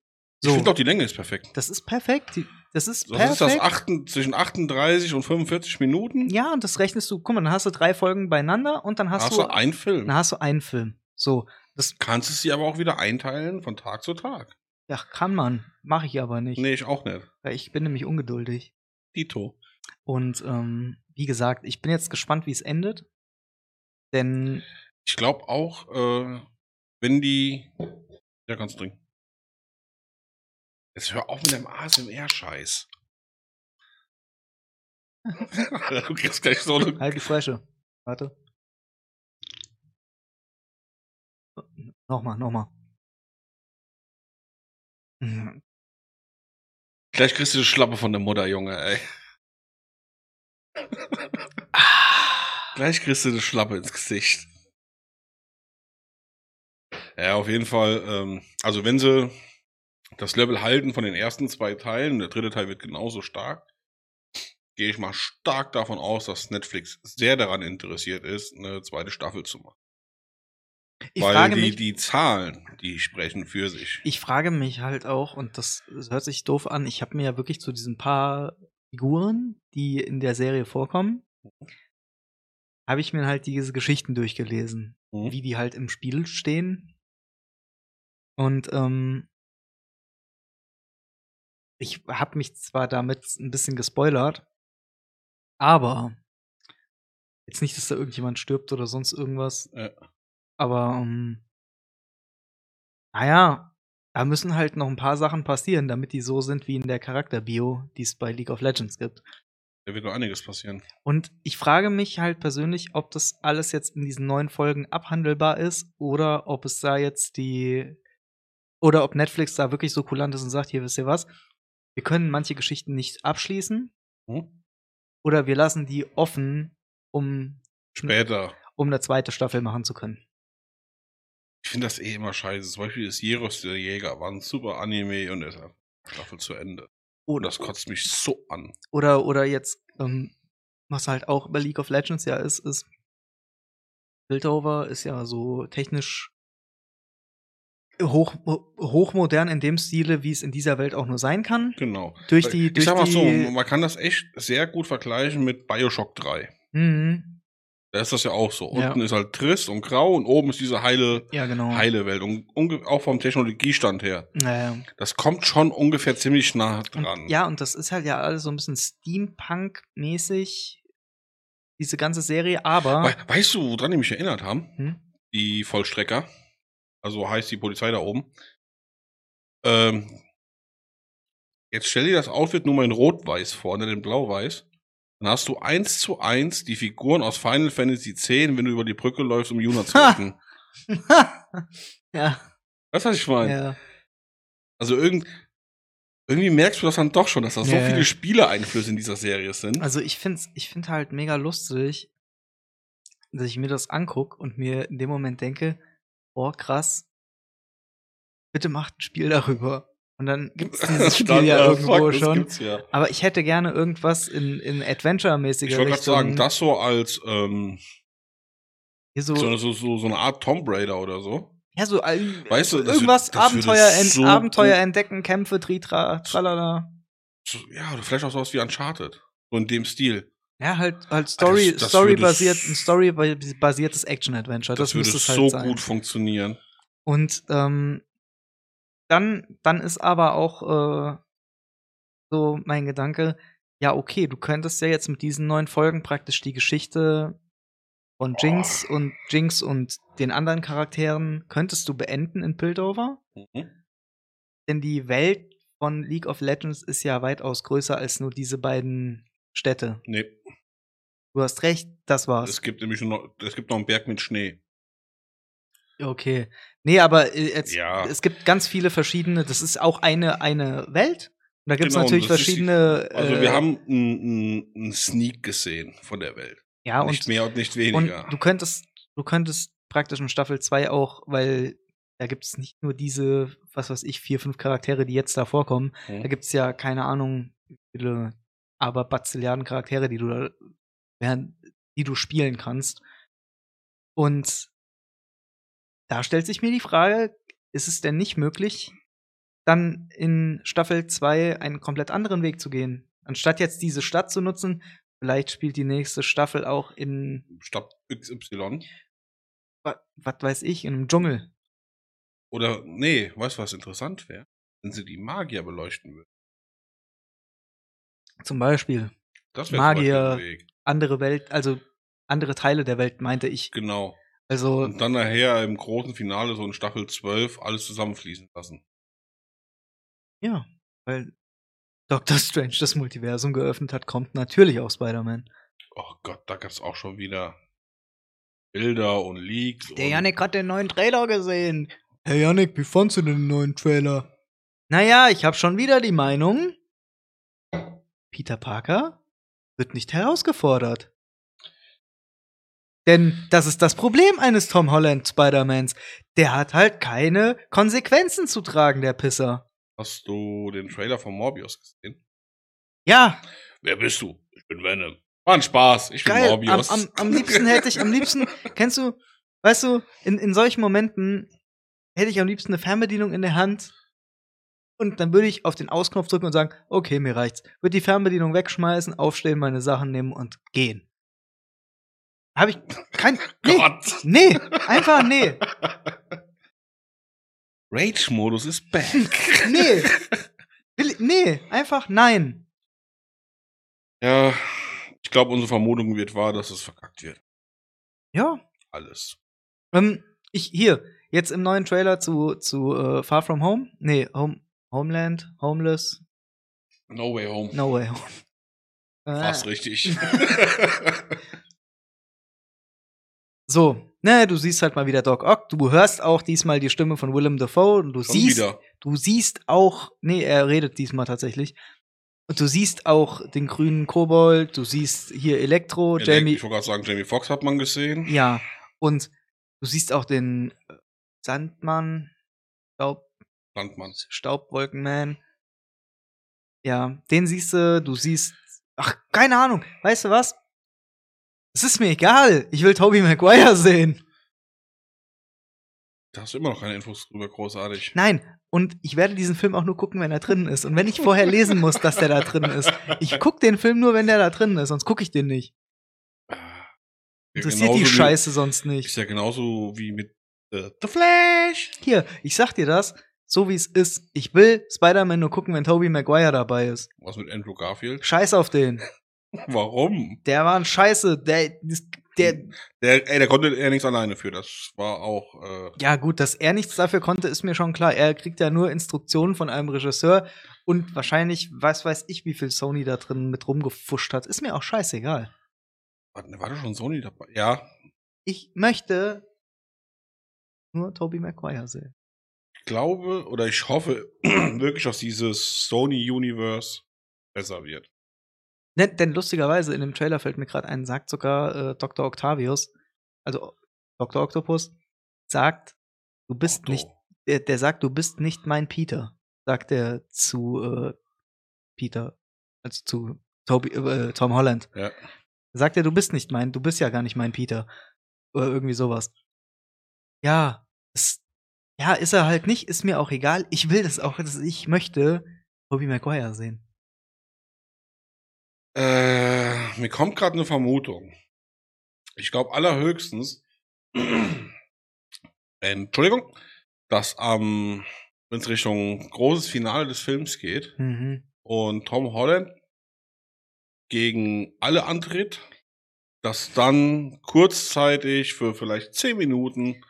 A: So,
B: finde auch, die Länge ist perfekt.
A: das ist perfekt. Die- Das ist
B: Das
A: perfekt.
B: ist das achten, zwischen 38 und 45 Minuten.
A: ja, und das rechnest du. Guck mal, dann hast du drei Folgen beieinander und dann hast,
B: hast
A: du,
B: du einen Film.
A: dann hast du einen Film. So, das
B: Kannst du sie aber auch wieder einteilen von Tag zu Tag.
A: ja, kann man, mache ich aber nicht,
B: Nee, ich auch nicht.
A: weil ich bin nämlich ungeduldig.
B: Tito.
A: Und ähm, wie gesagt, ich bin jetzt gespannt, wie es endet. Denn
B: Ich glaube auch, äh, wenn die. Ja, kannst du trinken. Jetzt hör auf mit dem ASMR-Scheiß. Alter, <laughs> du kriegst gleich so eine.
A: Halt die Fresche. Warte. Nochmal, nochmal. Mhm.
B: Gleich kriegst du die Schlappe von der Mutter, Junge, ey. Ah, Gleich kriegst du die Schlappe ins Gesicht. Ja, auf jeden Fall. Ähm, also wenn sie das Level halten von den ersten zwei Teilen, der dritte Teil wird genauso stark, gehe ich mal stark davon aus, dass Netflix sehr daran interessiert ist, eine zweite Staffel zu machen.
A: Ich
B: Weil
A: frage
B: die,
A: mich,
B: die Zahlen, die sprechen für sich.
A: ich frage mich halt auch, und das hört sich doof an, ich habe mir ja wirklich zu diesen paar Figuren, die in der Serie vorkommen, habe ich mir halt diese Geschichten durchgelesen.
B: Mhm.
A: wie die halt im Spiel stehen. Und ähm, ich habe mich zwar damit ein bisschen gespoilert, aber jetzt nicht, dass da irgendjemand stirbt oder sonst irgendwas.
B: Ja.
A: Aber ähm, naja, da müssen halt noch ein paar Sachen passieren, damit die so sind wie in der Charakterbio, die es bei League of Legends gibt.
B: Da wird noch einiges passieren.
A: Und ich frage mich halt persönlich, ob das alles jetzt in diesen neuen Folgen abhandelbar ist oder ob es da jetzt die. Oder ob Netflix da wirklich so kulant ist und sagt: Hier, wisst ihr was? Wir können manche Geschichten nicht abschließen
B: Hm?
A: oder wir lassen die offen, um,
B: Später.
A: um eine zweite Staffel machen zu können.
B: Ich finde das eh immer scheiße. Zum Beispiel ist Jeros der Jäger war ein super Anime und er ist einfach Staffel zu Ende. Und Oh, das kotzt mich so an.
A: Oder, oder jetzt, ähm, was halt auch bei League of Legends ja ist, ist, Piltover ist ja so technisch hoch, ho- hochmodern in dem Stile, wie es in dieser Welt auch nur sein kann.
B: Genau.
A: Durch die,
B: ich
A: durch
B: sag mal
A: die,
B: so, man kann das echt sehr gut vergleichen mit Bioshock 3.
A: Mhm.
B: Da ist das ja auch so.
A: Ja.
B: Unten ist halt trist und grau und oben ist diese heile,
A: ja, genau.
B: heile Welt. Und unge- auch vom Technologiestand her.
A: Naja.
B: Das kommt schon ungefähr ziemlich nah
A: Und,
B: dran.
A: ja, und das ist halt ja alles so ein bisschen Steampunk-mäßig, diese ganze Serie, aber.
B: We weißt du, woran die mich erinnert haben?
A: Hm? <laughs>
B: die Vollstrecker, also heißt die Polizei da oben. Ähm, jetzt stell dir das Outfit nur mal in Rot-Weiß vor, nicht in Blau-Weiß. Dann hast du eins zu eins die Figuren aus Final Fantasy X, wenn du über die Brücke läufst, um Juna
A: <laughs>
B: zu
A: Ha!
B: retten.
A: ja,
B: Weißt du, was ich meine?
A: ja.
B: Also irgend, irgendwie merkst du das dann doch schon, dass da so
A: Ja, ja.
B: viele Spielereinflüsse in dieser Serie sind.
A: Also ich finde ich find halt mega lustig, dass ich mir das angucke und mir in dem Moment denke, oh krass, bitte macht ein Spiel darüber. Und dann
B: <laughs>
A: gibt's dieses Spiel
B: Dann,
A: ja
B: äh,
A: irgendwo
B: fuck, das
A: schon.
B: gibt's ja.
A: Aber ich hätte gerne irgendwas in, in Adventure-mäßiger
B: Ich wollte gerade
A: Richtung.
B: sagen, das so als ähm,
A: hier so,
B: so, so, so, so eine Art Tomb Raider oder so.
A: ja, so all-
B: Weißt du, das
A: irgendwas,
B: wird- das würde
A: Abenteuer, ent,
B: so
A: Abenteuer
B: gut-
A: entdecken, Kämpfe, Tritra, tralala.
B: So, ja, oder vielleicht auch sowas wie Uncharted. So in dem Stil.
A: Ja, halt, halt
B: Ah, das-
A: Story,
B: das
A: Story
B: würde
A: basiert,
B: s-
A: ein Story-basiertes Action-Adventure.
B: Das,
A: Das,
B: würde
A: müsste es halt
B: so
A: sein.
B: gut funktionieren.
A: Und ähm, dann, dann ist aber auch äh, so mein Gedanke, ja, okay, du könntest ja jetzt mit diesen neuen Folgen praktisch die Geschichte von Jinx und Jinx und den anderen Charakteren könntest du beenden in Piltover.
B: Mhm.
A: Denn die Welt von League of Legends ist ja weitaus größer als nur diese beiden Städte.
B: Nee,
A: Du hast recht, das war's.
B: es gibt nämlich nur noch, es gibt noch einen Berg mit Schnee.
A: Okay. Nee, aber äh, jetzt,
B: Ja.
A: es gibt ganz viele verschiedene, das ist auch eine, eine Welt. Und da gibt es
B: Genau, und
A: natürlich
B: das ist die-
A: verschiedene.
B: Also
A: äh,
B: wir haben einen einen Sneak gesehen von der Welt.
A: ja,
B: nicht
A: und,
B: mehr und nicht
A: und
B: weniger.
A: du könntest, du könntest praktisch in Staffel 2 auch, weil da gibt es nicht nur diese, was weiß ich, vier, fünf Charaktere, die jetzt da vorkommen.
B: Mhm.
A: Da gibt es ja, keine Ahnung, wie viele, aber Bazilliarden Charaktere, die du da, während, die du spielen kannst. Und da stellt sich mir die Frage, ist es denn nicht möglich, dann in Staffel 2 einen komplett anderen Weg zu gehen? Anstatt jetzt diese Stadt zu nutzen, vielleicht spielt die nächste Staffel auch in,
B: Stab XY.
A: wa- was weiß ich, in einem Dschungel.
B: Oder, nee, weißt du, was interessant wäre? Wenn sie die Magier beleuchten würden.
A: Zum Beispiel.
B: Das wäre zum Beispiel
A: Magier.
B: ein Weg.
A: Andere Welt, also andere Teile der Welt, meinte ich.
B: Genau.
A: Also,
B: Und dann nachher im großen Finale, so in Staffel 12, alles zusammenfließen lassen.
A: ja. Weil Doctor Strange das Multiversum geöffnet hat, kommt natürlich auch Spider-Man.
B: Oh Gott, da gab es auch schon wieder Bilder und Leaks.
A: Der
B: und
A: Yannick hat den neuen Trailer gesehen. Hey Yannick, wie fandst du den neuen Trailer? Naja, ich habe schon wieder die Meinung, Peter Parker wird nicht herausgefordert. Denn das ist das Problem eines Tom Holland Spider-Mans. Der hat halt keine Konsequenzen zu tragen, der Pisser.
B: Hast du den Trailer von Morbius gesehen?
A: Ja,
B: Wer bist du? Ich bin Venom. War ein Spaß. Ich bin
A: geil. Am,
B: Morbius.
A: am, am liebsten hätte ich, am liebsten, kennst du, weißt du, in, in solchen Momenten hätte ich am liebsten eine Fernbedienung in der Hand und dann würde ich auf den Ausknopf drücken und sagen, okay, mir reicht's. Würde die Fernbedienung wegschmeißen, aufstehen, meine Sachen nehmen und gehen. Habe ich kein, nee,
B: <laughs> Gott.
A: nee, einfach nee,
B: Rage-Modus ist back.
A: nee, will, nee, einfach nein.
B: ja, ich glaube, unsere Vermutung wird wahr, dass es verkackt wird.
A: Ja,
B: Alles.
A: Ähm, ich, hier, jetzt im neuen Trailer zu, zu äh, Far From Home. Nee, Home, Homeland, Homeless,
B: No way home.
A: No Way Home.
B: Fast
A: Äh, <laughs>
B: richtig.
A: so, ne, du siehst halt mal wieder Doc Ock. Du hörst auch diesmal die Stimme von Willem Dafoe und du
B: Schon
A: siehst,
B: wieder.
A: du siehst auch, nee, er redet diesmal tatsächlich. Und du siehst auch den grünen Kobold, du siehst hier Elektro,
B: Elec-
A: Jamie,
B: Ich wollte gerade sagen, Jamie Foxx hat man gesehen.
A: Ja, und du siehst auch den äh, Sandmann, glaub,
B: Landmann.
A: Staubwolkenman. Ja, den siehst du, du siehst. Ach, keine Ahnung. Weißt du was? Es ist mir egal. Ich will Toby Maguire sehen.
B: Da hast du immer noch keine Infos drüber, großartig.
A: Nein, und ich werde diesen Film auch nur gucken, wenn er drin ist. Und wenn ich vorher lesen muss, dass der da drin ist. Ich gucke den Film nur, wenn der da drin ist, sonst gucke ich den nicht. Interessiert die Scheiße sonst
B: Ah. Wie,
A: nicht.
B: ist ja genauso wie mit äh, The Flash.
A: Hier, ich sag dir das, so wie es ist. Ich will Spider-Man nur gucken, wenn Toby Maguire dabei ist.
B: Was mit Andrew Garfield?
A: Scheiß auf den.
B: Warum?
A: Der war ein Scheiße. Der, der,
B: Der, ey, der konnte er nichts alleine für. Das war auch. Äh,
A: Ja, gut, dass er nichts dafür konnte, ist mir schon klar. Er kriegt ja nur Instruktionen von einem Regisseur und wahrscheinlich weiß weiß ich, wie viel Sony da drin mit rumgefuscht hat. Ist mir auch scheißegal.
B: warte, war da schon Sony dabei? Ja,
A: Ich möchte nur Toby Maguire sehen.
B: ich glaube oder ich hoffe <clears throat> wirklich, dass dieses Sony Universe besser wird.
A: Denn, denn lustigerweise, in dem Trailer fällt mir gerade ein, sagt sogar äh, Dr. Octavius, also Dr. Octopus, sagt, du bist
B: Otto.
A: nicht, der, der sagt, du bist nicht mein Peter, sagt er zu äh, Peter, also zu Toby, äh, Tom Holland.
B: Ja.
A: Sagt er, du bist nicht mein, du bist ja gar nicht mein Peter. Oder irgendwie sowas. Ja, ist, ja, ist er halt nicht, ist mir auch egal. Ich will das auch, das- ich möchte Toby Maguire sehen.
B: Äh, mir kommt gerade eine Vermutung. Ich glaube allerhöchstens. <clears throat> Entschuldigung, dass am, wenn es Richtung großes Finale des Films geht,
A: Mhm.
B: und Tom Holland gegen alle antritt, dass dann kurzzeitig für vielleicht 10 Minuten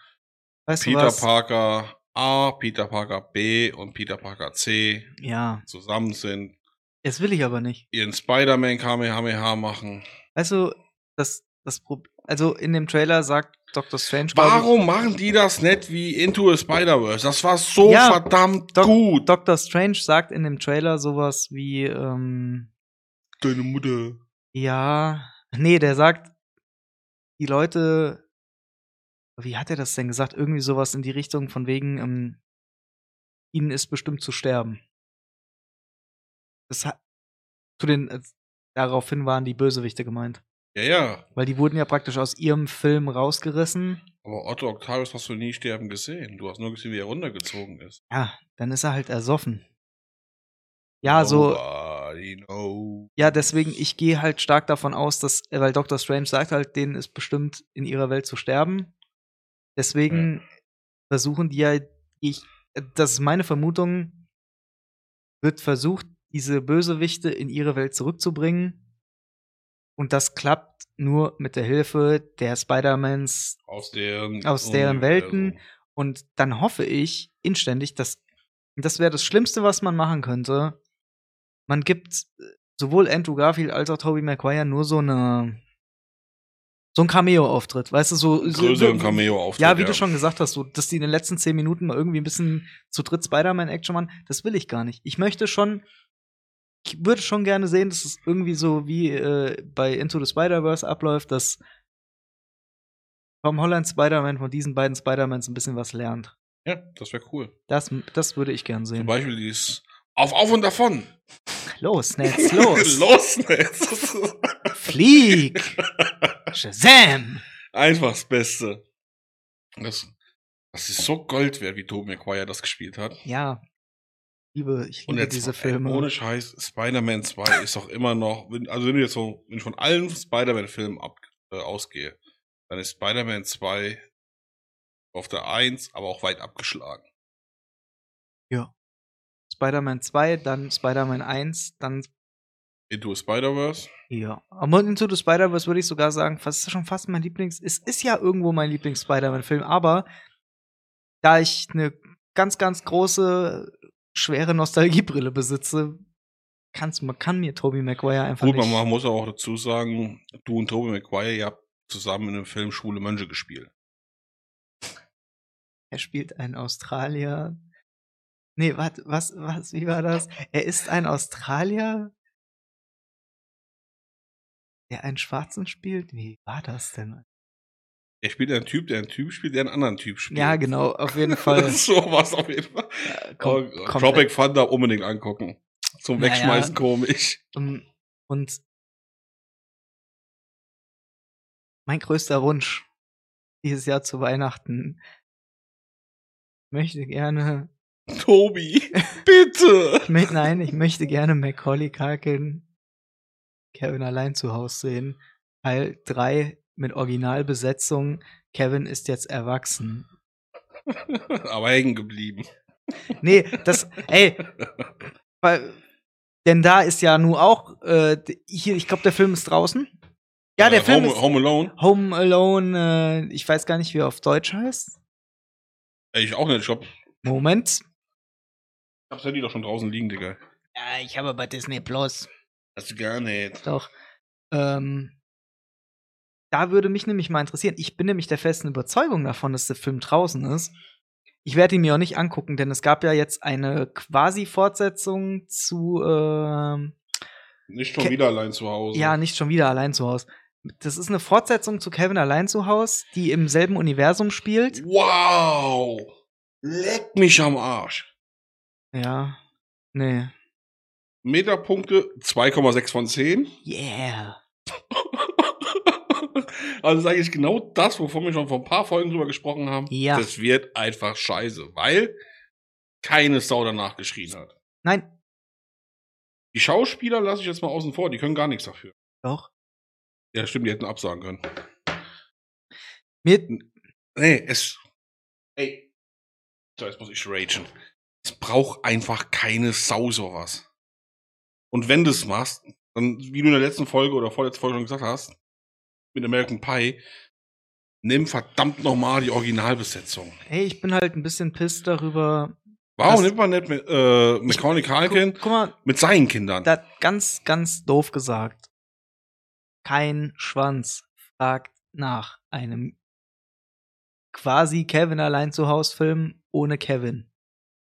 A: Weißt du
B: Peter
A: was?
B: Parker A, Peter Parker B und Peter Parker C
A: Ja,
B: zusammen sind,
A: das will ich aber nicht.
B: ihren Spider-Man Kamehameha machen.
A: Also, das, das Problem. Also, in dem Trailer sagt Dr. Strange. glaub ich,
B: Warum machen die das nicht wie Into the Spider-Verse? Das war so
A: Ja,
B: verdammt
A: Doc-
B: gut.
A: Dr. Strange sagt in dem Trailer sowas wie, ähm,
B: Deine Mutter.
A: ja. Nee, der sagt, die Leute. Wie hat er das denn gesagt? Irgendwie sowas in die Richtung von wegen, ähm, ihnen ist bestimmt zu sterben. Das hat. Zu den. Äh, daraufhin waren die Bösewichte gemeint.
B: Ja, ja.
A: Weil die wurden ja praktisch aus ihrem Film rausgerissen.
B: Aber Otto Octavius hast du nie sterben gesehen. Du hast nur gesehen, wie er runtergezogen ist.
A: Ja, dann ist er halt ersoffen. Ja, so,
B: Nobody knows.
A: ja, deswegen, ich gehe halt stark davon aus, dass, äh, weil Dr. Strange sagt halt, denen ist bestimmt in ihrer Welt zu sterben. Deswegen versuchen die ja, ich, äh, das ist meine Vermutung, wird versucht, diese Bösewichte in ihre Welt zurückzubringen. Und das klappt nur mit der Hilfe der Spider-Mans,
B: Aus deren, äh,
A: Aus deren Welten. Und dann hoffe ich inständig, dass und das wäre das Schlimmste, was man machen könnte, man gibt äh, sowohl Andrew Garfield als auch Tobey Maguire nur so eine so ein Cameo-Auftritt, weißt du, so, so
B: Größeren Cameo-Auftritt.
A: ja, wie du schon gesagt hast, so, dass die in den letzten zehn Minuten mal irgendwie ein bisschen zu dritt Spider-Man-Action machen, das will ich gar nicht. Ich möchte schon, ich würde schon gerne sehen, dass es irgendwie so wie äh, bei Into the Spider-Verse abläuft, dass Tom Holland Spider-Man von diesen beiden Spider-Mans ein bisschen was lernt.
B: Ja, das wäre cool.
A: Das, das würde ich gern
B: Zum
A: sehen.
B: Beispiel dieses Auf, auf und davon. <laughs>
A: Los, Netz, los,
B: Los, ne? Netz. <laughs>
A: flieg! Shazam!
B: Einfach das Beste. Das, das ist so Gold wert, wie Tobey Maguire das gespielt hat.
A: Ja, liebe, ich
B: Und
A: liebe
B: jetzt,
A: diese
B: ey,
A: Filme.
B: ohne Scheiß, Spider-Man 2 ist doch immer noch, wenn- also wenn ich jetzt so, wenn ich von allen Spider-Man-Filmen ab, äh, ausgehe, dann ist Spider-Man 2 auf der 1, aber auch weit abgeschlagen.
A: Spider-Man 2, dann Spider-Man 1, dann
B: Into the Spider-Verse.
A: ja. Aber Into the Spider-Verse würde ich sogar sagen, fast ist schon fast mein Lieblings. Es ist ja irgendwo mein Lieblings-Spider-Man-Film, aber da ich eine ganz, ganz große, schwere Nostalgiebrille besitze, kann's, man kann mir Tobey Maguire einfach
B: Gut,
A: nicht.
B: man, man muss aber auch dazu sagen, du und Tobey Maguire, ihr habt zusammen in dem Film Schwule Mönche gespielt.
A: Er spielt einen Australier. Nee, wat, was, was, wie war das? Er ist ein Australier, der einen Schwarzen spielt? Wie war das denn?
B: Er spielt einen Typ, der einen Typ spielt, der einen anderen Typ spielt.
A: Ja, genau, auf jeden
B: Das
A: Fall. Äh,
B: ist <laughs> so was auf jeden Fall.
A: Kom
B: oh,
A: komplett.
B: Tropic Thunder unbedingt angucken. Zum
A: Naja.
B: Wegschmeißen komisch.
A: Um, Und mein größter Wunsch dieses Jahr zu Weihnachten ich möchte gerne, <laughs>
B: Tobi, bitte!
A: ich mö- nein, ich möchte gerne Macaulay Culkin Kevin allein zu Hause sehen. Teil 3 mit Originalbesetzung. Kevin ist jetzt erwachsen.
B: Aber hängen geblieben.
A: Nee, das, ey, weil, denn da ist ja nun auch, äh, d- hier, ich glaube, der Film ist draußen. Ja, der
B: Äh,
A: Film
B: Home,
A: ist,
B: Home Alone?
A: Home Alone, äh, ich weiß gar nicht, wie er auf Deutsch heißt.
B: Ey, Ich auch nicht. Ich, hab, ich
A: Moment.
B: hab's Handy doch schon draußen liegen, Digga.
A: Ja, ich habe bei Disney Plus.
B: Das ist gar nicht.
A: Doch. Ähm, da würde mich nämlich mal interessieren. Ich bin nämlich der festen Überzeugung davon, dass der Film draußen ist. Ich werde ihn mir auch nicht angucken, denn es gab ja jetzt eine quasi Fortsetzung zu, ähm,
B: Nicht schon
A: Ke-
B: wieder allein zu Hause.
A: ja, nicht schon wieder allein zu Haus. Das ist eine Fortsetzung zu Kevin allein zu Haus, die im selben Universum spielt.
B: Wow! Leck mich am Arsch.
A: Ja. Nee.
B: Metapunkte 2,6
A: <laughs>
B: von 10.
A: Yeah.
B: Also sage ich genau das, wovon wir schon vor ein paar Folgen drüber gesprochen haben.
A: Ja.
B: Das wird einfach scheiße, weil keine Sau danach geschrien hat.
A: Nein,
B: Die Schauspieler lasse ich jetzt mal außen vor, die können gar nichts dafür.
A: doch.
B: Ja, stimmt, die hätten absagen können.
A: Mir,
B: Nee, es. Ey. So, jetzt muss ich ragen. Es braucht einfach keine Sau sowas. Und wenn du es machst, dann, wie du in der letzten Folge oder vorletzten Folge schon gesagt hast, mit American Pie, nimm verdammt nochmal die Originalbesetzung.
A: Hey, ich bin halt ein bisschen pisst darüber.
B: Warum
A: Das-
B: nimmt man nicht mit, äh, Macaulay
A: Guck,
B: Culkin
A: guck mal,
B: mit seinen Kindern?
A: da hat ganz, ganz doof gesagt. Kein Schwanz fragt nach einem quasi Kevin allein zu Haus Film ohne Kevin.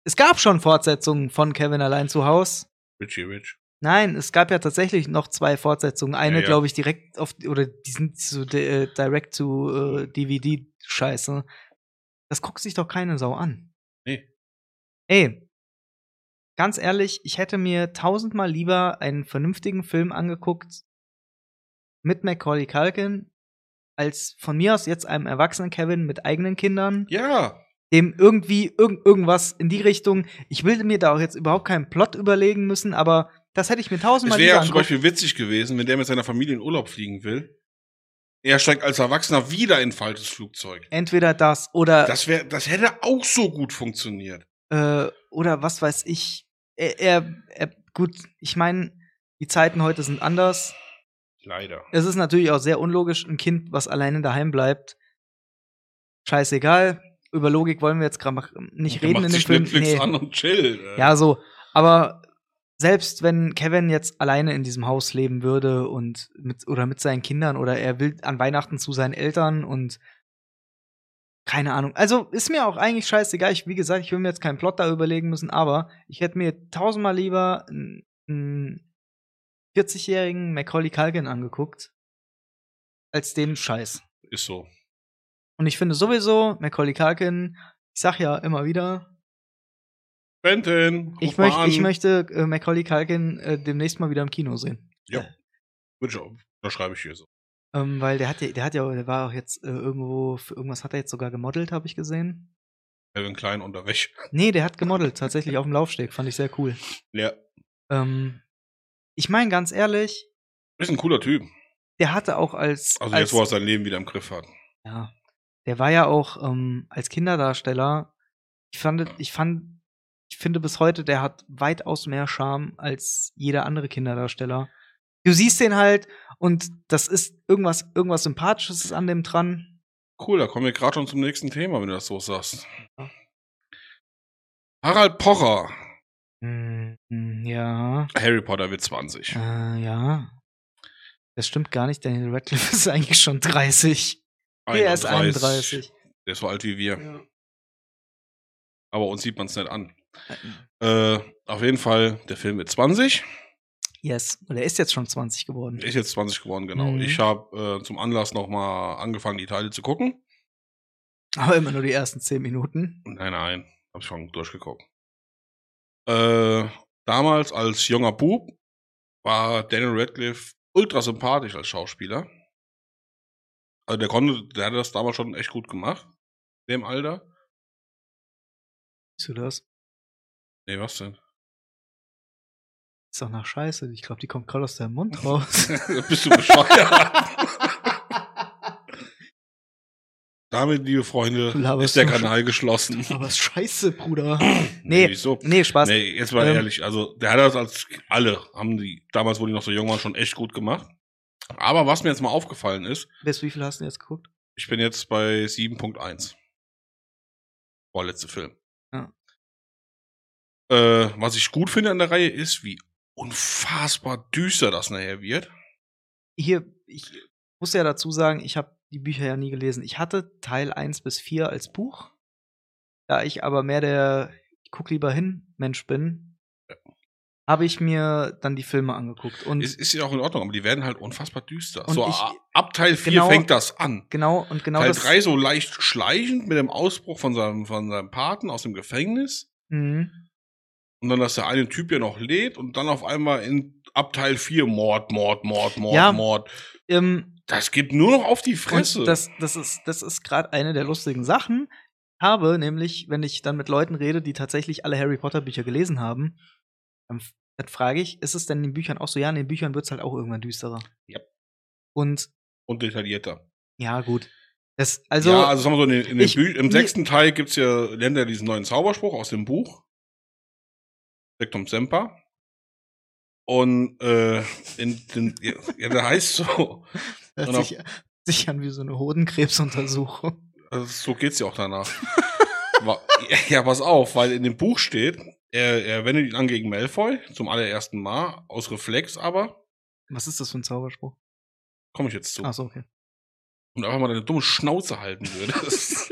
A: Es gab schon Fortsetzungen von Kevin allein zu Haus.
B: Richie Rich.
A: Nein, es gab ja tatsächlich noch zwei Fortsetzungen. Eine,
B: Ja, ja.
A: glaube ich, direkt auf oder die sind so äh, direct to äh, DVD Scheiße. Das guckt sich doch keine Sau an.
B: Nee.
A: Ey, ganz ehrlich, ich hätte mir tausendmal lieber einen vernünftigen Film angeguckt mit Macaulay Culkin als von mir aus jetzt einem erwachsenen Kevin mit eigenen Kindern
B: Ja.
A: dem irgendwie irgend, irgendwas in die Richtung. Ich will mir da auch jetzt überhaupt keinen Plot überlegen müssen, aber das hätte ich mir
B: Es
A: tausendmal
B: wäre
A: lieber
B: ja zum
A: angeguckt.
B: Beispiel witzig gewesen, wenn der mit seiner Familie in Urlaub fliegen will. Er steigt als Erwachsener wieder in ein falsches Flugzeug.
A: Entweder das oder
B: Das, wär, das hätte auch so gut funktioniert.
A: äh, oder was weiß ich. Er, er, er, gut, ich meine, die Zeiten heute sind anders.
B: Leider.
A: Es ist natürlich auch sehr unlogisch, ein Kind, was alleine daheim bleibt. Scheißegal. Über Logik wollen wir jetzt gerade mach- nicht
B: Der
A: reden
B: macht
A: in dem
B: sich
A: Film.
B: Netflix
A: Nee.
B: an und chill. äh.
A: Ja, so. Aber selbst wenn Kevin jetzt alleine in diesem Haus leben würde und mit oder mit seinen Kindern oder er will an Weihnachten zu seinen Eltern und keine Ahnung. Also ist mir auch eigentlich scheißegal. Ich, wie gesagt, ich will mir jetzt keinen Plot da überlegen müssen, aber ich hätte mir tausendmal lieber einen 40-jährigen Macaulay Culkin angeguckt als den Scheiß.
B: Ist so.
A: Und ich finde sowieso Macaulay Culkin, ich sag ja immer wieder,
B: Benton,
A: ich, möcht, ich möchte äh, Macaulay Culkin äh, demnächst mal wieder im Kino sehen.
B: Ja. möchte. Da schreibe ich hier so.
A: Ähm, weil der hat ja, der hat ja, der war auch jetzt äh, irgendwo, für irgendwas hat er jetzt sogar gemodelt, habe ich gesehen.
B: Kevin Klein unter Wäsche.
A: Nee, der hat gemodelt, tatsächlich auf dem Laufsteg, fand ich sehr cool.
B: Ja.
A: Ähm, ich meine ganz ehrlich,
B: Ist ein cooler Typ.
A: der hatte auch als.
B: Also
A: als,
B: jetzt, wo er sein Leben wieder im Griff hat.
A: Ja. Der war ja auch ähm, als Kinderdarsteller. Ich fand, ich fand, ich finde bis heute, der hat weitaus mehr Charme als jeder andere Kinderdarsteller. Du siehst den halt und das ist irgendwas, irgendwas Sympathisches ist an dem dran.
B: Cool, da kommen wir gerade schon zum nächsten Thema, wenn du das so sagst. Harald Pocher.
A: Hm, ja,
B: Harry Potter wird 20.
A: äh, ja. Das stimmt gar nicht, Daniel Radcliffe <laughs> ist eigentlich schon 30. Nee, er ist 31.
B: Der ist so alt wie wir.
A: Ja.
B: Aber uns sieht man es nicht an. Äh, auf jeden Fall, der Film wird 20.
A: Yes, und er ist jetzt schon 20 geworden.
B: Ich jetzt 20 geworden, genau.
A: Mhm.
B: Ich habe äh, zum Anlass nochmal angefangen, die Teile zu gucken.
A: Aber immer nur die ersten 10 Minuten.
B: Nein, nein, habe schon durchgeguckt. Äh, damals als junger Bub war Daniel Radcliffe ultra sympathisch als Schauspieler. Also der konnte, der hatte das damals schon echt gut gemacht, dem Alter.
A: Siehst du das?
B: Nee, was
A: <laughs>
B: denn?
A: Ist doch nach Scheiße. Ich glaube, die kommt gerade aus deinem
B: <laughs>
A: Mund raus.
B: Bist
A: <laughs>
B: du bescheuert? Damit, liebe Freunde,
A: Du laberst
B: ist der
A: nur
B: Kanal geschlossen.
A: Aber ist Scheiße, Bruder.
B: <clears throat> Nee,
A: Nee.
B: wieso?
A: Nee, Spaß.
B: Nee, jetzt mal
A: Ähm,
B: ehrlich, also der hat das als alle, haben die, damals, wo die noch so jung waren, schon echt gut gemacht. Aber was mir jetzt mal aufgefallen ist,
A: Bis wie viel hast du denn jetzt geguckt?
B: ich bin jetzt bei 7.1. Vorletzte Film.
A: Ja.
B: Äh, was ich gut finde an der Reihe ist, wie unfassbar düster das nachher wird.
A: Hier, ich muss ja dazu sagen, ich habe die Bücher ja nie gelesen. Ich hatte Teil 1 bis 4 als Buch. Da ich aber mehr der Ich guck lieber hin Mensch bin, habe ich mir dann die Filme angeguckt. Und
B: Ist, ist ja auch in Ordnung, aber die werden halt unfassbar düster.
A: Und
B: so
A: ich-
B: a- ab Teil 4
A: genau-
B: fängt das an.
A: genau, und genau
B: Teil
A: das.
B: 3 so leicht schleichend mit dem Ausbruch von seinem, von seinem Paten aus dem Gefängnis.
A: Mhm.
B: Und dann, dass der eine Typ ja noch lebt und dann auf einmal in Abteil 4 Mord, Mord, Mord, Mord,
A: Ja.
B: Mord.
A: Ähm,
B: Das gibt nur noch auf die Fresse.
A: Und das, das ist, das ist gerade eine der lustigen Sachen. Ich habe nämlich, wenn ich dann mit Leuten rede, die tatsächlich alle Harry Potter Bücher gelesen haben, dann, f- dann frage ich, ist es denn in den Büchern auch so? Ja, in den Büchern wird es halt auch irgendwann düsterer.
B: Ja.
A: Und
B: und detaillierter.
A: ja, gut. Das, also,
B: ja, also sagen wir so, in den, in den
A: ich-
B: Bü im
A: mir-
B: sechsten Teil gibt's ja, lernt er diesen neuen Zauberspruch aus dem Buch. Sektum Semper. Und äh, in, den, ja, ja, der heißt so,
A: hört
B: und auf-
A: sich, sich an wie so eine Hodenkrebsuntersuchung.
B: also so geht's ja
A: <laughs>
B: auch danach. Wa- ja, pass auf, weil in dem Buch steht, er, er wendet ihn an gegen Malfoy, zum allerersten Mal, aus Reflex aber,
A: Was ist das für ein Zauberspruch?
B: komme ich jetzt zu.
A: Achso, okay.
B: und einfach mal deine dumme Schnauze
A: <laughs>
B: halten würdest.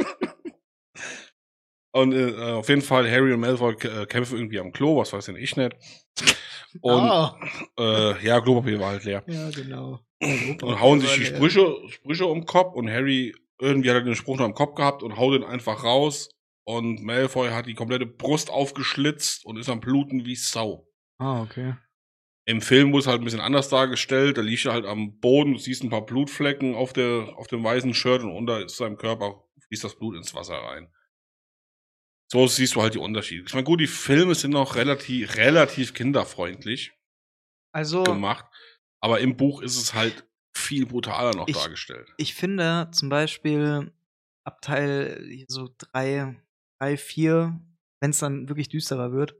B: und äh, auf jeden Fall, Harry und Malfoy äh, kämpfen irgendwie am Klo, was weiß denn ich nicht. <laughs> Und
A: Ah,
B: äh, ja, Klopapier war halt leer.
A: ja, genau.
B: Und hauen sich die Sprüche, Sprüche um den Kopf und Harry irgendwie hat er den Spruch noch im Kopf gehabt und haut ihn einfach raus. Und Malfoy hat die komplette Brust aufgeschlitzt und ist am Bluten wie Sau.
A: Ah, okay.
B: Im Film wurde es halt ein bisschen anders dargestellt. Da liegt er halt am Boden, du siehst ein paar Blutflecken auf, der, auf dem weißen Shirt und unter ist seinem Körper fließt das Blut ins Wasser rein. So siehst du halt die Unterschiede. Ich meine, gut, die Filme sind noch relativ, relativ kinderfreundlich
A: Also,
B: gemacht, aber im Buch ist es halt viel brutaler noch
A: Ich-
B: dargestellt.
A: ich finde zum Beispiel ab Teil so drei, drei, vier, wenn es dann wirklich düsterer wird.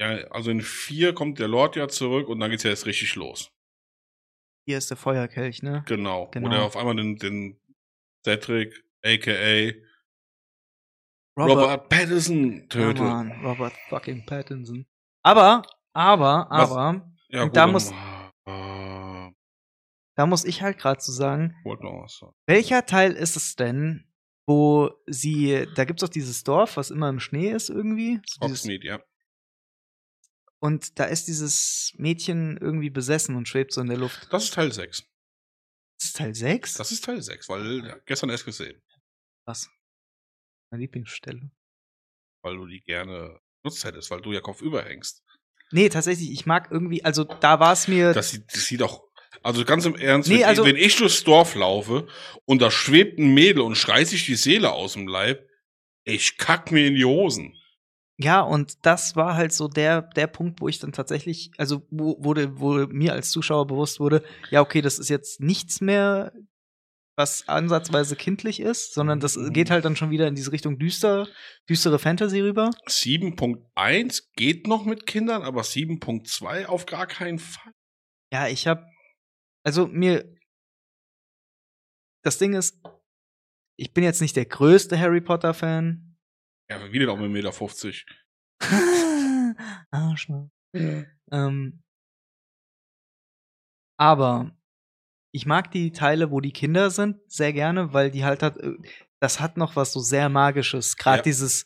B: Ja, also in vier kommt der Lord ja zurück und dann geht's ja jetzt richtig los.
A: Hier ist der Feuerkelch, ne?
B: Genau.
A: Genau.
B: Oder auf einmal den, den Cedric, a.k.a. Robert,
A: Robert,
B: Pattinson
A: oh
B: tötet.
A: Mann, Robert fucking Pattinson. Aber Aber,
B: Was-
A: aber,
B: Ja,
A: Und da
B: dann-
A: muss-
B: Ah,
A: da muss ich halt gerade zu so sagen,
B: wollte noch was sagen.
A: welcher Teil ist es denn, wo sie, da gibt's doch dieses Dorf, was immer im Schnee ist irgendwie. So dieses,
B: Oxmead, ja.
A: und da ist dieses Mädchen irgendwie besessen und schwebt so in der Luft.
B: Das ist Teil 6.
A: Das ist Teil 6?
B: Das ist Teil 6, weil ja, gestern erst gesehen,
A: krass. Meine Lieblingsstelle.
B: weil du die gerne nutzt hättest, weil du ja Kopf überhängst.
A: Nee, tatsächlich, ich mag irgendwie, also da war es mir.
B: Das sieht, das sieht auch. Also ganz im Ernst,
A: Nee,
B: wenn,
A: also-
B: ich, wenn ich durchs Dorf laufe und da schwebt ein Mädel und schreit sich die Seele aus dem Leib, ich kack mir in die Hosen.
A: Ja, und das war halt so der, der Punkt, wo ich dann tatsächlich, also wo, wurde, wo mir als Zuschauer bewusst wurde, ja, okay, das ist jetzt nichts mehr, was ansatzweise kindlich ist, sondern das
B: Mhm.
A: geht halt dann schon wieder in diese Richtung düster, düstere Fantasy rüber.
B: 7.1 geht noch mit Kindern, aber 7.2 auf gar keinen Fall.
A: Ja, ich hab, also mir, das Ding ist, ich bin jetzt nicht der größte Harry Potter Fan.
B: Ja, wieder auch mit 1,50 Meter. 50.
A: <laughs> Arschloch. Ähm, aber ich mag die Teile, wo die Kinder sind, sehr gerne, weil die halt hat, das hat noch was so sehr Magisches. Gerade
B: Ja.
A: dieses,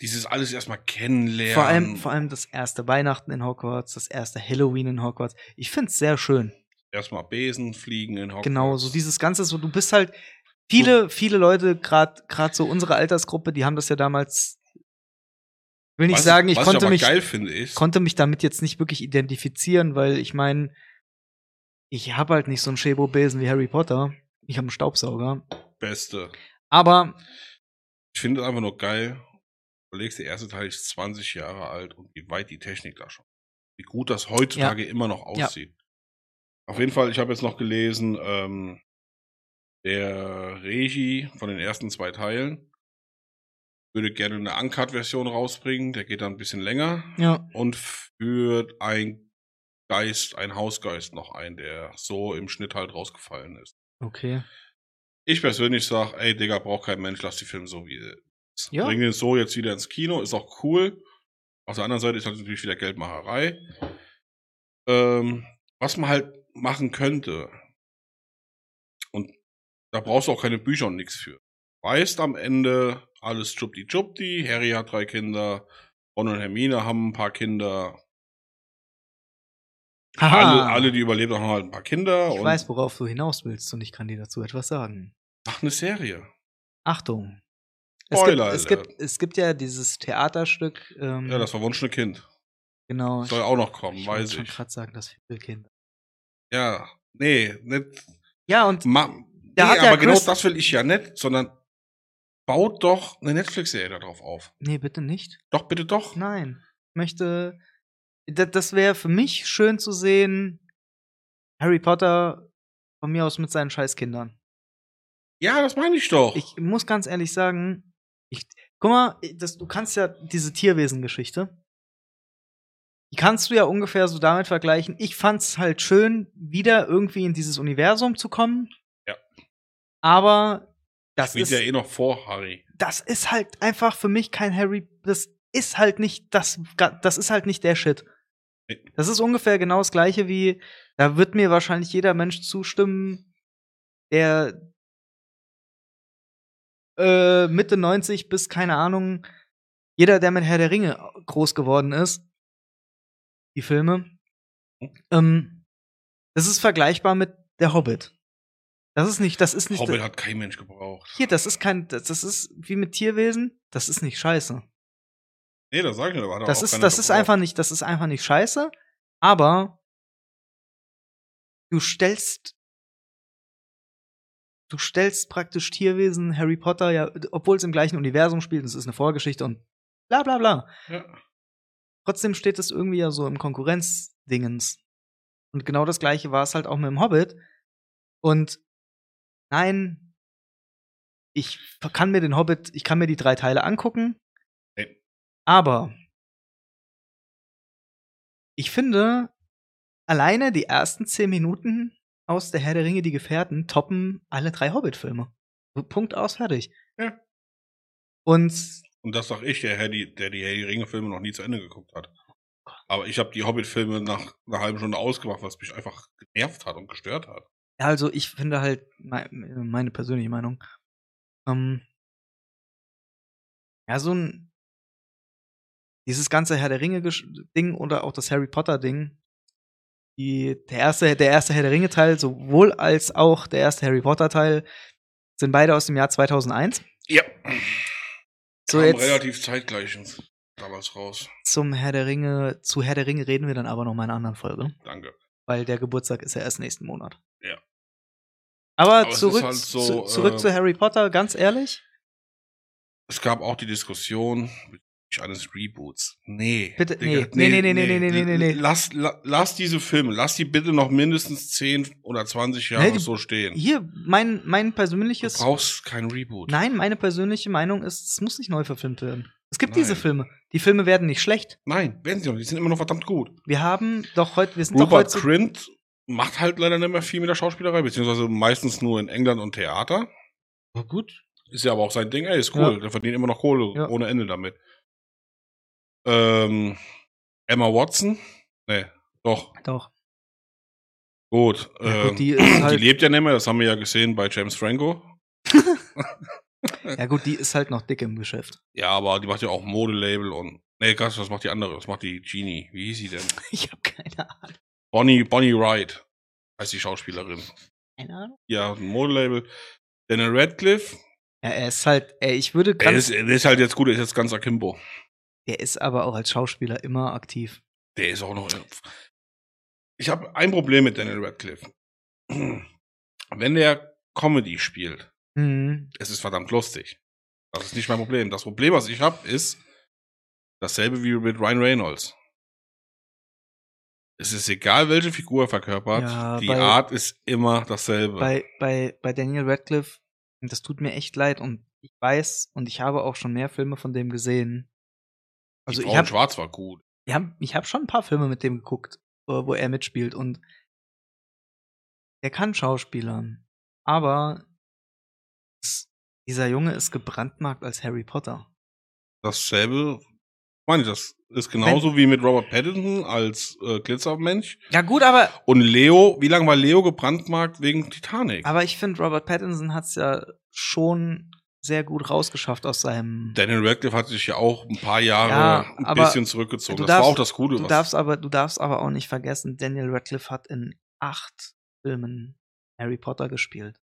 B: Dieses alles erstmal kennenlernen.
A: vor allem, vor allem das erste Weihnachten in Hogwarts, das erste Halloween in Hogwarts. Ich find's sehr schön.
B: Erstmal Besen fliegen in Hogwarts.
A: Genau, so dieses Ganze, so du bist halt, viele, viele Leute, gerade gerade so unsere Altersgruppe, die haben das ja damals, will nicht
B: Was-
A: sagen, ich
B: was
A: konnte
B: aber
A: mich,
B: geil finde ist,
A: konnte mich damit jetzt nicht wirklich identifizieren, weil ich meine, ich habe halt nicht so einen Schäbo-Besen wie Harry Potter. Ich habe einen Staubsauger.
B: Beste.
A: Aber
B: Ich finde es einfach nur geil. Überlegst, der erste Teil ist 20 Jahre alt und wie weit die Technik da schon. Wie gut das heutzutage immer noch
A: Ja.
B: aussieht. Auf jeden Fall, ich habe jetzt noch gelesen, ähm, der Regie von den ersten zwei Teilen würde gerne eine Uncut-Version rausbringen. Der geht dann ein bisschen länger
A: ja,
B: und führt ein Geist, ein Hausgeist noch ein, der so im Schnitt halt rausgefallen ist.
A: okay.
B: Ich persönlich sag, ey, Digga, braucht kein Mensch, lass die Filme so wie sie ist.
A: Ja.
B: Bring den so jetzt wieder ins Kino, ist auch cool. Auf der anderen Seite ist das natürlich wieder Geldmacherei. Ähm, was man halt machen könnte, und da brauchst du auch keine Bücher und nichts für. Weißt am Ende, alles chupti chupti, Harry hat drei Kinder, Ron und Hermine haben ein paar Kinder, alle, alle, die überlebt haben, haben halt ein paar Kinder
A: Ah. ich
B: und
A: weiß, worauf du hinaus willst und ich kann dir dazu etwas sagen.
B: machen eine Serie.
A: Achtung.
B: Spoiler
A: es,
B: Alert.
A: gibt, es, gibt, es gibt ja dieses Theaterstück. Ähm,
B: Ja, das verwunschene Kind.
A: genau.
B: Soll auch noch kommen,
A: ich
B: weiß
A: wollte schon
B: ich.
A: gerade sagen, das Fippelkind.
B: Ja, nee, nicht.
A: Ja, und
B: Ma, nee,
A: Da hat ja
B: aber genau
A: Chris-
B: das will ich ja nicht, sondern baut doch eine Netflix-Serie darauf auf.
A: nee, bitte nicht.
B: Doch, bitte doch.
A: Nein. Ich möchte. Da- Das wäre für mich schön zu sehen. Harry Potter von mir aus mit seinen Scheißkindern.
B: Ja, das meine ich doch.
A: Ich muss ganz ehrlich sagen, ich, guck mal, das, du kannst ja diese Tierwesen-Geschichte, die kannst du ja ungefähr so damit vergleichen. Ich fand's halt schön, wieder irgendwie in dieses Universum zu kommen.
B: Ja.
A: Aber das
B: Spielt
A: ist,
B: ja eh noch vor, Harry.
A: das ist halt einfach für mich kein Harry. Das ist halt nicht das, das ist halt nicht der Shit.
B: Nee.
A: Das ist ungefähr genau das gleiche wie, da wird mir wahrscheinlich jeder Mensch zustimmen, der äh, Mitte 90 bis, keine Ahnung, jeder, der mit Herr der Ringe groß geworden ist, die Filme, ähm, das ist vergleichbar mit der Hobbit. Das ist nicht, das ist nicht.
B: Hobbit hat kein Mensch gebraucht.
A: Hier, das ist kein, das, das ist wie mit Tierwesen, das ist nicht scheiße.
B: Nee, das sag ich nicht, aber hat
A: Das
B: auch
A: ist,
B: keiner
A: das ist
B: gebraucht.
A: einfach nicht, das ist einfach nicht scheiße, aber du stellst, du stellst praktisch Tierwesen, Harry Potter, ja, obwohl es im gleichen Universum spielt, es ist eine Vorgeschichte und bla bla bla.
B: Ja.
A: Trotzdem steht es irgendwie ja so im Konkurrenzdingens. Und genau das gleiche war es halt auch mit dem Hobbit. Und nein, ich kann mir den Hobbit, ich kann mir die drei Teile angucken.
B: Nee.
A: Aber ich finde, alleine die ersten zehn Minuten aus Der Herr der Ringe, die Gefährten, toppen alle drei Hobbit-Filme. Punkt aus, fertig.
B: Ja.
A: Und
B: Und das sag ich, der, Harry, der die Harry Ringe-Filme noch nie zu Ende geguckt hat. Aber ich habe die Hobbit-Filme nach einer halben Stunde ausgemacht, was mich einfach genervt hat und gestört hat.
A: Ja, also ich finde halt, mei- meine persönliche Meinung, ähm, ja, so ein, dieses ganze Herr der Ringe-Ding oder auch das Harry Potter-Ding, die, der erste, der erste Herr der Ringe-Teil sowohl als auch der erste Harry Potter-Teil sind beide aus dem Jahr 2001.
B: Ja.
A: So
B: Kam
A: jetzt-
B: relativ zeitgleich ins- damals raus.
A: Zum Herr der Ringe, zu Herr der Ringe reden wir dann aber noch mal in einer anderen Folge,
B: Danke.
A: weil der Geburtstag ist ja erst nächsten Monat.
B: Ja.
A: Aber,
B: Aber es ist
A: zurück,
B: halt so,
A: zu, zurück
B: äh,
A: zu Harry Potter, ganz ehrlich,
B: Es gab auch die Diskussion bezüglich eines Reboots. Nee.
A: Bitte- nee, nee, nee, nee, nee, nee, nee, nee, nee.
B: Lass, la, lass diese Filme, lass die bitte noch mindestens 10 oder 20 Jahre
A: Nee, die-
B: so stehen.
A: hier mein, mein
B: Du
A: persönliches
B: brauchst kein Reboot.
A: Nein, meine persönliche Meinung ist, es muss nicht neu verfilmt werden. Es gibt diese
B: Nein.
A: Filme. Die Filme werden nicht schlecht.
B: Nein, werden sie noch, die sind immer noch verdammt gut.
A: Wir haben doch heute, wir sind
B: Rupert
A: doch heute.
B: Grint macht halt leider nicht mehr viel mit der Schauspielerei, beziehungsweise meistens nur in England und Theater.
A: Na Oh, gut.
B: Ist ja aber auch sein Ding, ey, ist cool.
A: Ja.
B: Der verdient immer noch Kohle
A: Ja.
B: ohne Ende damit. Ähm, Emma Watson? Nee, doch.
A: Doch.
B: Gut.
A: Ja,
B: ähm,
A: gut,
B: <clears throat>
A: die ist
B: Die
A: halt,
B: lebt ja nicht mehr, das haben wir ja gesehen bei James Franco.
A: ja gut, die ist halt noch dick im Geschäft. <laughs>
B: Ja, aber die macht ja auch ein Modelabel und. Nee, krass, was macht die andere? Was macht die Genie? Wie hieß sie denn?
A: Ich habe keine Ahnung.
B: Bonnie, Bonnie Wright heißt die Schauspielerin.
A: Keine Ahnung.
B: Ja, ein Modelabel. Daniel Radcliffe.
A: Ja, er ist halt, ey, ich würde
B: Der
A: ganz.
B: ist, der ist halt jetzt gut, der ist jetzt ganz akimbo.
A: Der ist aber auch als Schauspieler immer aktiv.
B: Der ist auch noch. äh, Ich habe ein Problem mit Daniel Radcliffe. <clears throat> Wenn der Comedy spielt,
A: Mhm.
B: es ist verdammt lustig. Das ist nicht mein Problem. Das Problem, was ich habe, ist dasselbe wie mit Ryan Reynolds. Es ist egal, welche Figur er verkörpert,
A: Ja,
B: die
A: bei-
B: Art ist immer dasselbe.
A: Bei, bei, bei Daniel Radcliffe, und das tut mir echt leid und ich weiß und ich habe auch schon mehr Filme von dem gesehen. Also
B: die
A: ich
B: Frau in
A: habe
B: Schwarz war gut.
A: ich habe ich hab schon ein paar Filme mit dem geguckt, äh, wo er mitspielt und der kann Schauspielern, aber s- dieser Junge ist gebrandmarkt als Harry Potter.
B: Dasselbe, ich meine, das ist genauso wie mit Robert Pattinson als äh, Glitzermensch.
A: Ja gut, aber
B: Und Leo, wie lange war Leo gebrandmarkt wegen Titanic?
A: aber ich finde Robert Pattinson hat's ja schon sehr gut rausgeschafft aus seinem.
B: Daniel Radcliffe hat sich ja auch ein paar Jahre
A: Ja,
B: ein
A: aber
B: bisschen zurückgezogen.
A: du
B: Das
A: darfst-
B: war auch das Gute.
A: Du
B: was-
A: darfst aber du darfst aber auch nicht vergessen, Daniel Radcliffe hat in acht Filmen Harry Potter gespielt.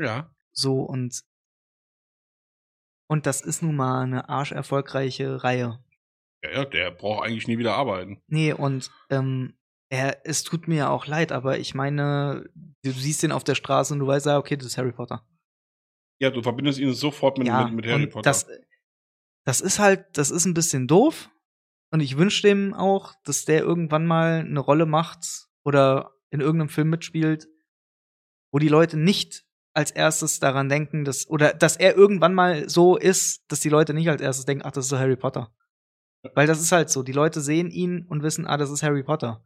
B: ja.
A: So und und das ist nun mal eine arscherfolgreiche Reihe.
B: Ja, ja, der braucht eigentlich nie wieder arbeiten.
A: Nee, und ähm, er, es tut mir ja auch leid, aber ich meine, du siehst ihn auf der Straße und du weißt ja, okay, das ist Harry Potter.
B: Ja, du verbindest ihn sofort mit,
A: ja,
B: mit, mit Harry
A: und
B: Potter.
A: Das, das ist halt, das ist ein bisschen doof. Und ich wünsche dem auch, dass der irgendwann mal eine Rolle macht oder in irgendeinem Film mitspielt, wo die Leute nicht als erstes daran denken, dass, oder dass er irgendwann mal so ist, dass die Leute nicht als erstes denken, ach, das ist so Harry Potter. Weil das ist halt so. Die Leute sehen ihn und wissen, ah, das ist Harry Potter.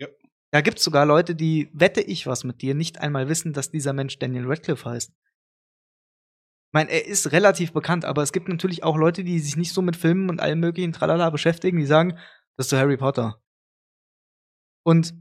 B: Ja.
A: Da gibt es sogar Leute, die, wette ich was mit dir, nicht einmal wissen, dass dieser Mensch Daniel Radcliffe heißt. Ich meine, er ist relativ bekannt, aber es gibt natürlich auch Leute, die sich nicht so mit Filmen und allem möglichen Tralala beschäftigen, die sagen, das ist so Harry Potter. Und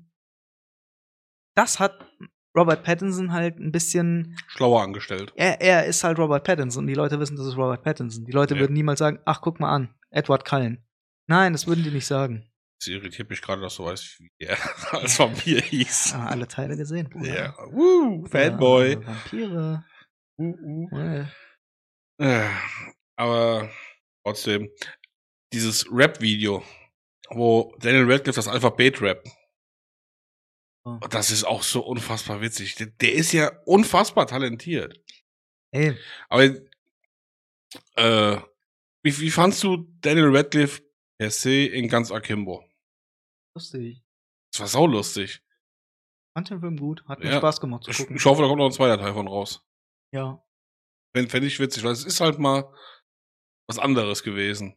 A: das hat Robert Pattinson halt ein bisschen.
B: Schlauer angestellt.
A: Er, er ist halt Robert Pattinson und die Leute wissen, das ist Robert Pattinson. Die Leute
B: Ja.
A: würden niemals sagen, ach, guck mal an, Edward Cullen. Nein, das würden die nicht sagen.
B: Es irritiert mich gerade, dass du weißt, wie er <laughs> als Vampir hieß.
A: Ah, alle Teile gesehen. Bruder.
B: Ja. Woo, Fanboy.
A: Ja, Vampire.
B: Uh, uh.
A: Ja.
B: Äh, Aber trotzdem, dieses Rap-Video, wo Daniel Radcliffe das Alphabet rappt,
A: Oh.
B: das ist auch so unfassbar witzig. Der, der ist ja unfassbar talentiert.
A: Ey,
B: Aber äh, wie, wie fandst du Daniel Radcliffe per se in ganz Akimbo?
A: lustig.
B: Das war saulustig.
A: Fand den Film gut, hat mir
B: Ja.
A: Spaß gemacht zu
B: Ich,
A: gucken.
B: ich hoffe, da kommt noch ein zweiter Teil von raus.
A: Ja.
B: Fänd, fänd ich witzig, weil es ist halt mal was anderes gewesen.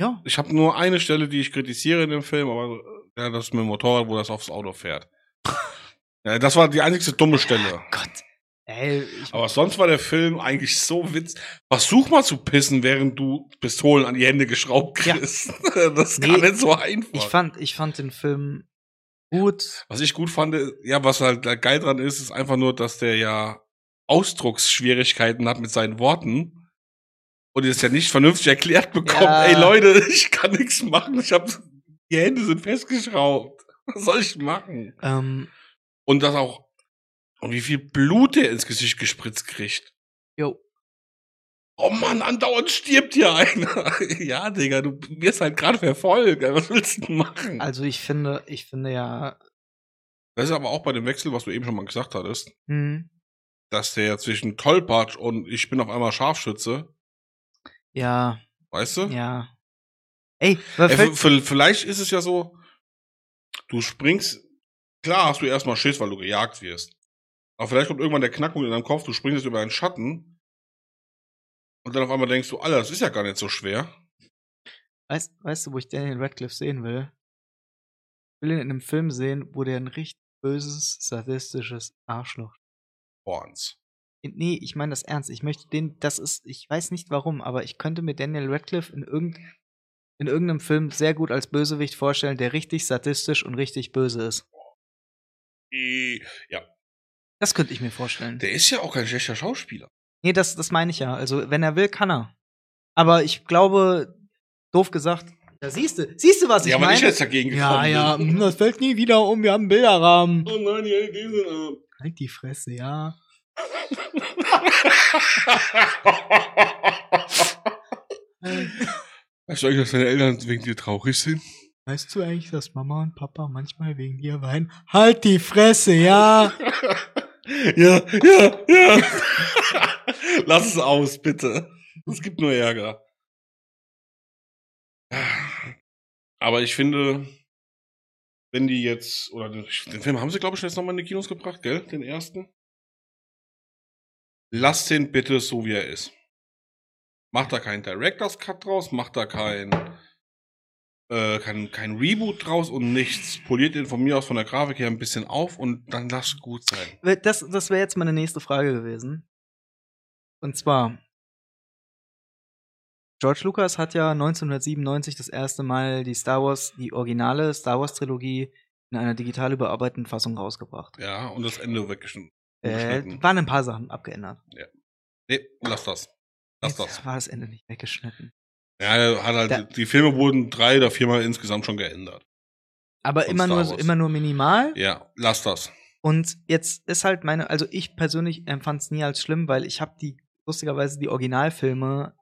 A: Ja,
B: Ich habe nur eine Stelle, die ich kritisiere in dem Film, aber äh,
A: <laughs>
B: ja, das ist mit dem Motorrad, wo das aufs Auto fährt. ja, das war die einzigste dumme Stelle.
A: Gott. Ey, ich,
B: Aber sonst war der Film eigentlich so witz. Versuch mal zu pissen, während du Pistolen an die Hände geschraubt
A: Ja.
B: kriegst. <laughs> Das ist gar
A: Nee,
B: nicht so
A: ich,
B: einfach.
A: fand, ich fand den Film gut.
B: was ich gut fand, ja, was halt da geil dran ist, ist einfach nur, dass der ja Ausdrucksschwierigkeiten hat mit seinen Worten. Und es ja nicht vernünftig erklärt bekommt,
A: Ja.
B: ey Leute, <laughs> ich kann nichts machen, ich hab, die Hände sind festgeschraubt. <laughs> Was soll ich machen?
A: Ähm,
B: Und das auch, und wie viel Blut der ins Gesicht gespritzt kriegt.
A: Jo.
B: Oh Mann, andauernd stirbt hier einer. <laughs> ja, Digga, du wirst halt gerade verfolgt. Was willst du denn machen?
A: also ich finde, ich finde ja,
B: das ist aber auch bei dem Wechsel, was du eben schon mal gesagt hattest,
A: hm,
B: dass der zwischen Tollpatsch und ich bin auf einmal Scharfschütze,
A: ja,
B: weißt du?
A: ja. Ey, mir
B: Ey,
A: fällt,
B: v- vielleicht ist es ja so, du springst, klar hast du erstmal Schiss, weil du gejagt wirst. Aber vielleicht kommt irgendwann der Knackpunkt in deinem Kopf, du springst jetzt über einen Schatten und dann auf einmal denkst du, Alter, das ist ja gar nicht so schwer.
A: weißt, weißt du, wo ich Daniel Radcliffe sehen will? Ich will ihn in einem Film sehen, wo der ein richtig böses, sadistisches Arschloch
B: Borns.
A: Nee, ich meine das ernst. Ich möchte den, das ist, ich weiß nicht warum, aber ich könnte mir Daniel Radcliffe in, irgend, in irgendeinem Film sehr gut als Bösewicht vorstellen, der richtig sadistisch und richtig böse ist.
B: Äh,
A: Das könnte ich mir vorstellen.
B: Der ist ja auch kein schlechter Schauspieler.
A: Nee, das, das meine ich ja. Also, wenn er will, kann er. Aber ich glaube, doof gesagt, da siehst du, siehst du, was ich
B: ja, weil
A: meine?
B: ich jetzt ne? dagegen
A: ja, ja,
B: bin.
A: mm, das fällt nie wieder um, wir haben einen Bilderrahmen.
B: Oh nein, die Ideen sind ab.
A: Halt die Fresse, ja.
B: <laughs> Weißt du eigentlich, dass deine Eltern wegen dir traurig sind?
A: Weißt du eigentlich, dass Mama und Papa manchmal wegen dir weinen? Halt die Fresse, ja.
B: ja, ja, ja. <laughs> Lass es aus, bitte. Es gibt nur Ärger. Aber ich finde, wenn die jetzt, oder den den Film haben sie, glaube ich, jetzt nochmal in die Kinos gebracht, gell? Den ersten. Lass den bitte so, wie er ist. Macht da keinen Directors Cut draus, macht da kein, äh, kein, kein Reboot draus und nichts. Poliert den von mir aus von der Grafik her ein bisschen auf und dann lass gut sein.
A: Wär- Das, das wäre jetzt meine nächste Frage gewesen. Und zwar: George Lucas hat ja 1997 das erste Mal die Star Wars, die originale Star Wars Trilogie in einer digital überarbeiteten Fassung rausgebracht.
B: Ja, und das Ende weggeschnitten.
A: Äh,
B: umgeschnitten.
A: waren ein paar Sachen abgeändert.
B: nee, lass das. Lass
A: Jetzt
B: das.
A: war das Ende nicht weggeschnitten.
B: Ja, er hat halt,
A: Da-
B: die Filme wurden drei oder viermal insgesamt schon geändert.
A: Aber
B: Von
A: immer
B: Star
A: nur, so-
B: Wars.
A: immer nur minimal.
B: Ja, lass das.
A: Und jetzt ist halt meine, also ich persönlich empfand es nie als schlimm, weil ich habe die, lustigerweise die Originalfilme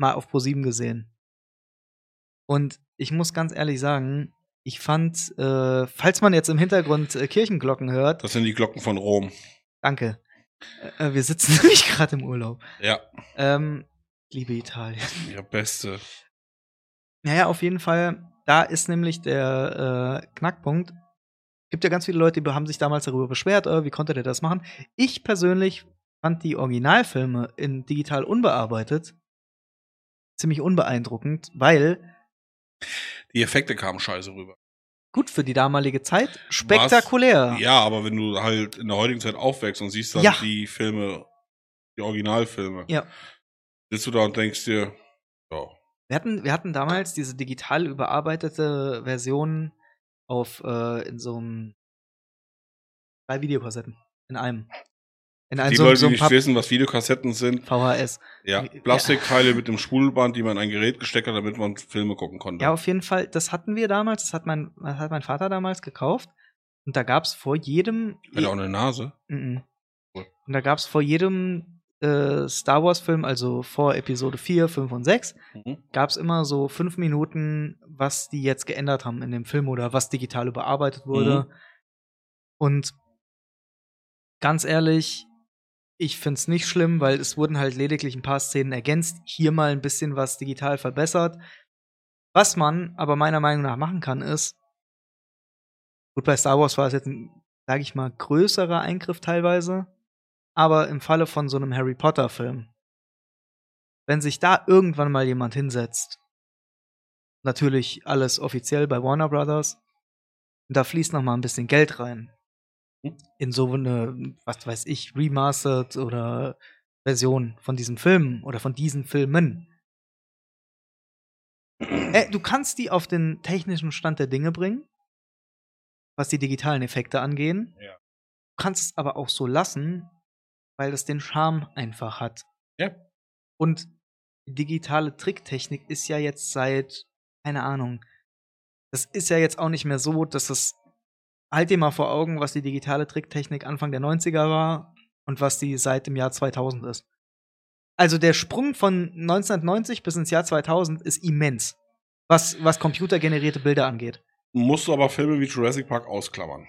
A: mal auf Pro7 gesehen. Und ich muss ganz ehrlich sagen, ich fand, äh, falls man jetzt im Hintergrund äh, Kirchenglocken hört,
B: Das sind die Glocken von Rom.
A: danke. Äh, wir sitzen <laughs> nämlich gerade im Urlaub.
B: Ja,
A: Ähm, liebe Italien.
B: ja, beste.
A: Naja, auf jeden Fall, da ist nämlich der äh, Knackpunkt. Gibt ja ganz viele Leute, die haben sich damals darüber beschwert, äh, wie konnte der das machen. Ich persönlich fand die Originalfilme in digital unbearbeitet ziemlich unbeeindruckend, weil
B: Die Effekte kamen scheiße rüber.
A: gut für die damalige Zeit spektakulär.
B: Ja. aber wenn du halt in der heutigen Zeit aufwächst und siehst dann
A: Ja.
B: die Filme, die Originalfilme,
A: Ja.
B: sitzt du da und denkst dir, ja,
A: Wir hatten, wir hatten damals diese digital überarbeitete Version auf äh, in so einem drei Videokassetten in einem. In einem
B: die
A: so,
B: Leute,
A: Also so
B: die
A: einem
B: nicht
A: Papp-
B: wissen, was Videokassetten sind,
A: VHS.
B: ja,
A: Ja.
B: Plastikteile mit dem Spulband, die man in ein Gerät gesteckt hat, damit man Filme gucken konnte.
A: Ja, auf jeden Fall. Das hatten wir damals. Das hat mein, das hat mein Vater damals gekauft. Und da gab's vor jedem.
B: hat er auch eine Nase.
A: Mhm.
B: Cool.
A: Und da gab's vor jedem äh, Star Wars-Film, also vor Episode 4, 5 und 6,
B: Mhm.
A: gab's immer so fünf Minuten, was die jetzt geändert haben in dem Film oder was digital überarbeitet wurde. Und ganz ehrlich, ich find's nicht schlimm, weil es wurden halt lediglich ein paar Szenen ergänzt, hier mal ein bisschen was digital verbessert. Was man aber meiner Meinung nach machen kann, ist, gut, bei Star Wars war es jetzt ein, sag ich mal, größerer Eingriff teilweise, aber im Falle von so einem Harry Potter-Film, wenn sich da irgendwann mal jemand hinsetzt, natürlich alles offiziell bei Warner Brothers, und da fließt noch mal ein bisschen Geld rein,
B: Hm?
A: in so eine, was weiß ich, Remastered oder Version von diesem Film oder von diesen Filmen. Äh, du kannst die auf den technischen Stand der Dinge bringen, was die digitalen Effekte angehen.
B: Ja.
A: Du kannst es aber auch so lassen, weil das den Charme einfach hat.
B: Ja.
A: Und digitale Tricktechnik ist ja jetzt seit, keine Ahnung, das ist ja jetzt auch nicht mehr so, dass es, halt dir mal vor Augen, was die digitale Tricktechnik Anfang der 90er war und was die seit dem Jahr 2000 ist. Also der Sprung von 1990 bis ins Jahr 2000 ist immens, was, was computergenerierte Bilder angeht.
B: Musst du aber Filme wie Jurassic Park ausklammern.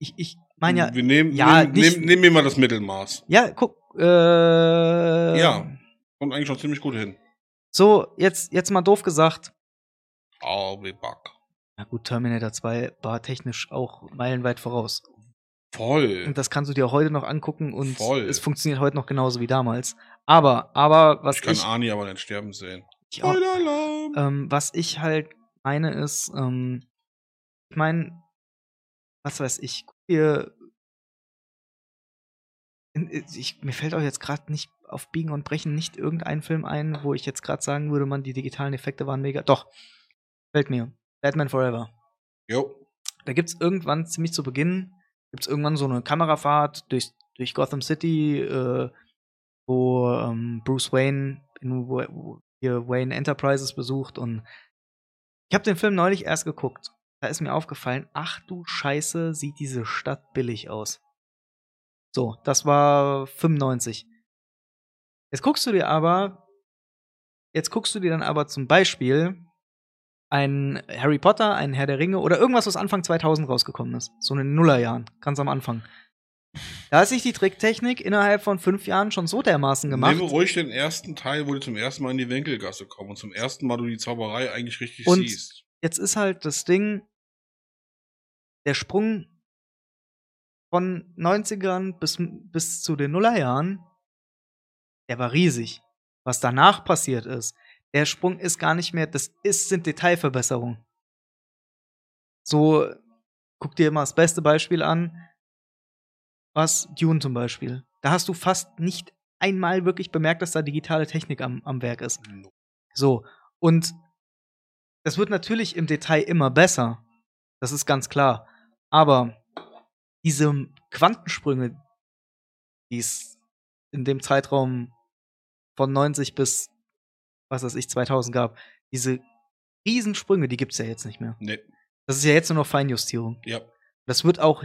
A: Ich, ich meine ja,
B: Wir nehmen,
A: ja,
B: nehmen,
A: nicht-
B: nehmen, nehmen wir mal das Mittelmaß.
A: ja, guck, äh,
B: Ja. Kommt eigentlich schon ziemlich gut hin.
A: so, jetzt, jetzt mal doof gesagt,
B: I'll be back.
A: Na gut, Terminator 2 war technisch auch meilenweit voraus.
B: Voll.
A: Und das kannst du dir heute noch angucken und
B: Voll.
A: es funktioniert heute noch genauso wie damals. Aber, aber was
B: ich kann
A: ich,
B: Ani aber nicht sterben sehen.
A: ich auch,
B: Spoiler-Alarm!
A: ähm, was ich halt meine ist, ähm, ich meine, was weiß ich, guck dir, in- äh, ich, mir fällt auch jetzt gerade nicht auf Biegen und Brechen nicht irgendein Film ein, wo ich jetzt gerade sagen würde, man, die digitalen Effekte waren mega. Doch, fällt mir. Batman Forever.
B: Jo.
A: da gibt's irgendwann ziemlich zu Beginn gibt's irgendwann so eine Kamerafahrt durch durch Gotham City, äh, wo ähm, Bruce Wayne in, wo, wo hier Wayne Enterprises besucht und ich habe den Film neulich erst geguckt. Da ist mir aufgefallen, ach du Scheiße, sieht diese Stadt billig aus. So, das war 95. Jetzt guckst du dir aber, jetzt guckst du dir dann aber zum Beispiel ein Harry Potter, ein Herr der Ringe oder irgendwas, was Anfang 2000 rausgekommen ist. So in den Nullerjahren, ganz am Anfang. Da hat sich die Tricktechnik innerhalb von fünf Jahren schon so dermaßen gemacht.
B: Nehmen wir ruhig den ersten Teil, wo die zum ersten Mal in die Winkelgasse kommen und zum ersten Mal du die Zauberei eigentlich richtig
A: Und-
B: siehst.
A: jetzt ist halt das Ding, der Sprung von 90ern bis, bis zu den Nullerjahren, der war riesig. Was danach passiert ist, der Sprung ist gar nicht mehr, das ist, sind Detailverbesserungen. So, guck dir mal das beste Beispiel an, was Dune zum Beispiel. Da hast du fast nicht einmal wirklich bemerkt, dass da digitale Technik am, am Werk ist. So, und das wird natürlich im Detail immer besser. Das ist ganz klar. Aber diese Quantensprünge, die es in dem Zeitraum von 90 bis, was weiß ich, 2000 gab, diese Riesensprünge, die gibt's ja jetzt nicht mehr.
B: Nee,
A: Das ist ja jetzt nur noch Feinjustierung.
B: ja.
A: Das wird auch.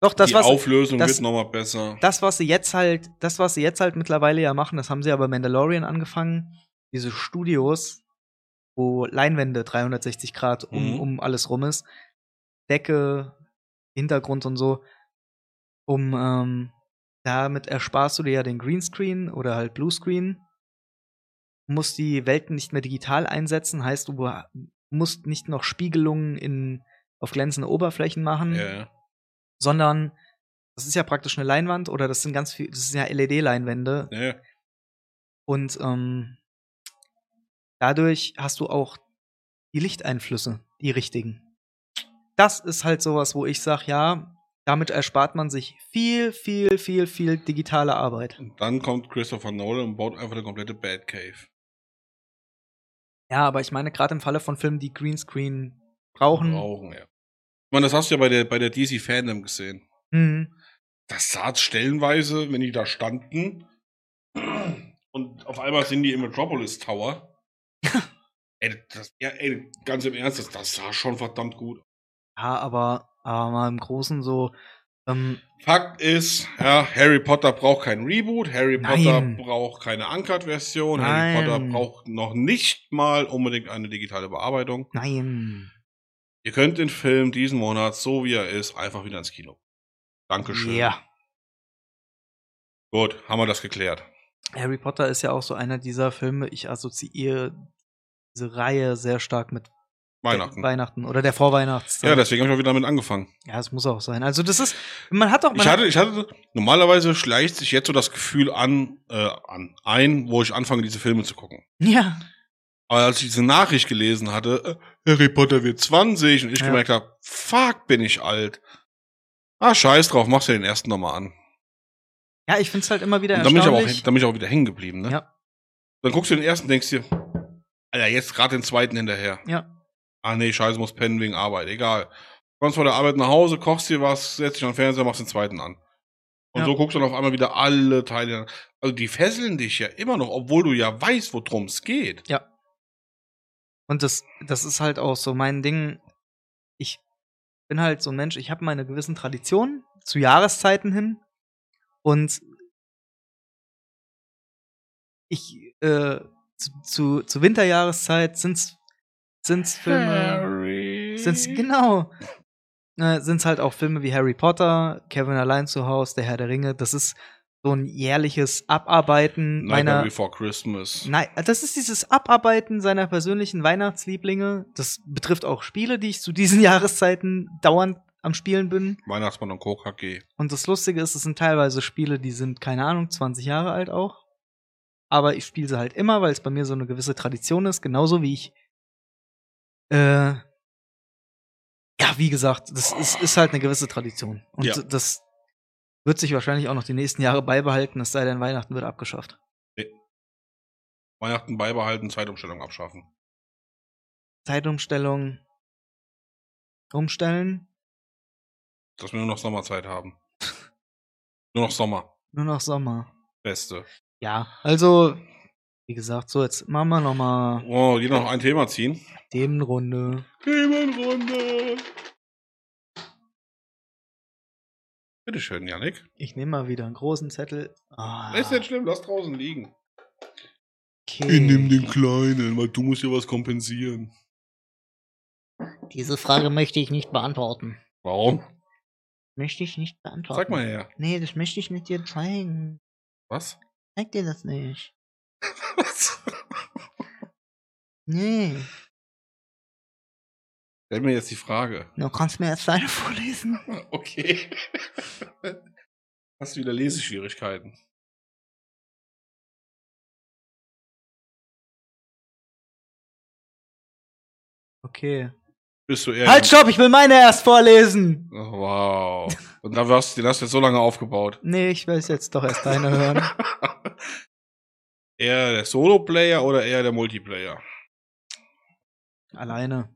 A: Doch, das,
B: die
A: was,
B: Auflösung
A: das-
B: wird nochmal besser.
A: das, was sie jetzt halt, das, was sie jetzt halt mittlerweile ja machen, das haben sie ja bei Mandalorian angefangen, diese Studios, wo Leinwände 360 Grad um,
B: Mhm.
A: um alles rum ist, Decke, Hintergrund und so, um, ähm, damit ersparst du dir ja den Greenscreen oder halt Bluescreen, musst die Welten nicht mehr digital einsetzen, heißt, du musst nicht noch Spiegelungen in, auf glänzende Oberflächen machen
B: Ja, ja.
A: sondern das ist ja praktisch eine Leinwand oder das sind ganz viel, das sind ja LED-Leinwände
B: ja, ja.
A: und ähm, dadurch hast du auch die Lichteinflüsse, die richtigen. Das ist halt sowas, wo ich sage, ja, damit erspart man sich viel, viel, viel, viel digitale Arbeit.
B: Und dann kommt Christopher Nolan und baut einfach eine komplette Batcave.
A: Ja, aber ich meine, gerade im Falle von Filmen, die Greenscreen brauchen,
B: Brauchen, ja. Ich meine, das hast du ja bei der, bei der DC Fandom gesehen.
A: mh,
B: das sah stellenweise, wenn die da standen. Und auf einmal sind die im
A: <laughs>
B: Metropolis Tower. ey, das, ja, ey, ganz im Ernst, das, das sah schon verdammt gut. aus.
A: ja, aber, aber mal im Großen so, ähm,
B: Fakt ist, ja, Harry Potter braucht kein Reboot, Harry
A: Nein.
B: Potter braucht keine Uncut-Version, Harry
A: Nein.
B: Potter braucht noch nicht mal unbedingt eine digitale Bearbeitung.
A: nein.
B: Ihr könnt den Film diesen Monat, so wie er ist, einfach wieder ins Kino. Dankeschön.
A: Ja.
B: Gut, haben wir das geklärt.
A: Harry Potter ist ja auch so einer dieser Filme, ich assoziiere diese Reihe sehr stark mit
B: Weihnachten.
A: Weihnachten oder der Vorweihnachtszeit.
B: ja, deswegen habe ich auch wieder damit angefangen.
A: ja, es muss auch sein. Also das ist, man hat auch, man
B: Ich hatte, ich hatte, normalerweise schleicht sich jetzt so das Gefühl an, äh, an, ein, wo ich anfange, diese Filme zu gucken.
A: hat, ja,
B: Aber als ich diese Nachricht gelesen hatte, äh, Harry Potter wird 20 und ich
A: Ja.
B: gemerkt habe, fuck, bin ich alt. Ah, scheiß drauf, machst du den ersten nochmal an.
A: Ja, ich find's halt immer wieder
B: Und dann bin, ich aber auch,
A: erstaunlich.
B: dann bin ich auch wieder hängen geblieben, ne?
A: Ja.
B: Dann guckst du den ersten, denkst dir, Alter, jetzt gerade den zweiten hinterher.
A: Ja.
B: Ah, nee, scheiße, muss pennen wegen Arbeit, egal. Kommst von der Arbeit nach Hause, kochst dir was, setzt dich an den Fernseher, machst den zweiten an. Und
A: Ja.
B: so guckst du dann auf einmal wieder alle Teile an. Also die fesseln dich ja immer noch, obwohl du ja weißt, worum es geht.
A: Und das, das ist halt auch so mein Ding. Ich bin halt so ein Mensch, ich habe meine gewissen Traditionen zu Jahreszeiten hin. Und ich, äh, zu, zu, zur Winterjahreszeit sind's, sind's
B: Hm.
A: Filme.
B: Harry.
A: Sind's, genau. Äh, sind's halt auch Filme wie Harry Potter, Kevin allein zu Hause, Der Herr der Ringe. Das ist so ein jährliches Abarbeiten
B: Nightmare
A: meiner.
B: Before Christmas.
A: Nein, das ist dieses Abarbeiten seiner persönlichen Weihnachtslieblinge. Das betrifft auch Spiele, die ich zu diesen <laughs> Jahreszeiten dauernd am Spielen bin.
B: Weihnachtsmann und Co. KG.
A: Und das Lustige ist, es sind teilweise Spiele, die sind, keine Ahnung, 20 Jahre alt auch. Aber ich spiele sie halt immer, weil es bei mir so eine gewisse Tradition ist. Genauso wie ich. Äh, ja, wie gesagt, das ist, ist halt eine gewisse Tradition. Und
B: Ja.
A: das wird sich wahrscheinlich auch noch die nächsten Jahre beibehalten, es sei denn, Weihnachten wird abgeschafft.
B: Weihnachten beibehalten, Zeitumstellung abschaffen.
A: Zeitumstellung umstellen.
B: Dass wir nur noch
A: <laughs>
B: Sommerzeit haben. nur noch Sommer.
A: Nur noch Sommer.
B: Beste.
A: Ja, also, wie gesagt, so, jetzt machen wir nochmal
B: Oh, jeder noch ein Thema ziehen.
A: Themenrunde.
B: Themenrunde. Bitteschön, Janik.
A: Ich nehme mal wieder einen großen Zettel. Ah,
B: Ist nicht schlimm, lass draußen liegen.
A: okay.
B: den Kleinen, weil du musst ja was kompensieren.
A: Diese Frage möchte ich nicht beantworten.
B: Warum?
A: Möchte ich nicht beantworten.
B: Sag mal her.
A: Nee, das möchte ich nicht dir zeigen.
B: Was?
A: Zeig dir das nicht. Nee.
B: Stell mir jetzt die Frage.
A: Du kannst mir erst deine <laughs> vorlesen.
B: <laughs> Okay. <laughs> Hast du wieder Leseschwierigkeiten?
A: Okay.
B: Bist du eher.
A: Halt, stopp, ich will meine erst vorlesen.
B: Oh, wow. Und dann warst, den hast du jetzt so lange aufgebaut.
A: Nee, ich will es jetzt doch erst deine hören.
B: Eher der Solo-Player oder eher der Multiplayer?
A: Alleine.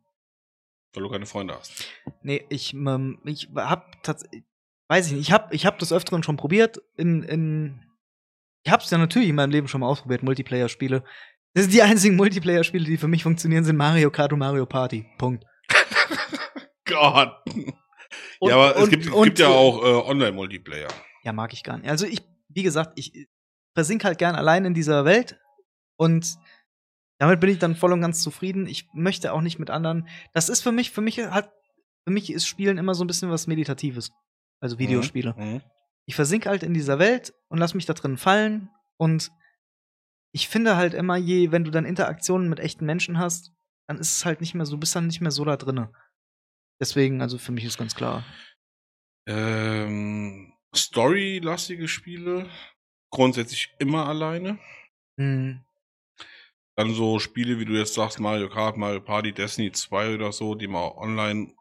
B: Weil du keine Freunde hast.
A: Nee, ich, ähm, ich hab tatsächlich, weiß ich nicht, ich hab, ich hab das öfteren schon probiert in, in, ich hab's ja natürlich in meinem Leben schon mal ausprobiert, Multiplayer-Spiele. Das sind die <laughs> einzigen Multiplayer-Spiele, die für mich funktionieren, sind Mario Kart und Mario Party. Punkt.
B: Gott.
A: Und,
B: ja, aber es
A: und-
B: gibt, es
A: und-
B: gibt ja auch äh, Online-Multiplayer.
A: Ja, mag ich gar nicht. Also ich, wie gesagt, ich versink halt gern allein in dieser Welt und damit bin ich dann voll und ganz zufrieden. Ich möchte auch nicht mit anderen. Das ist für mich, für mich hat, für mich ist Spielen immer so ein bisschen was Meditatives. Also Videospiele.
B: Mhm.
A: ich versinke halt in dieser Welt und lass mich da drin fallen und ich finde halt immer je, wenn du dann Interaktionen mit echten Menschen hast, dann ist es halt nicht mehr so, du bist dann nicht mehr so da drinne. Deswegen, also für mich ist ganz klar.
B: Ähm, Story-lastige Spiele. Grundsätzlich immer alleine.
A: Hm,
B: Dann so Spiele, wie du jetzt sagst, Mario Kart, Mario Party, Destiny 2 oder so, die man auch online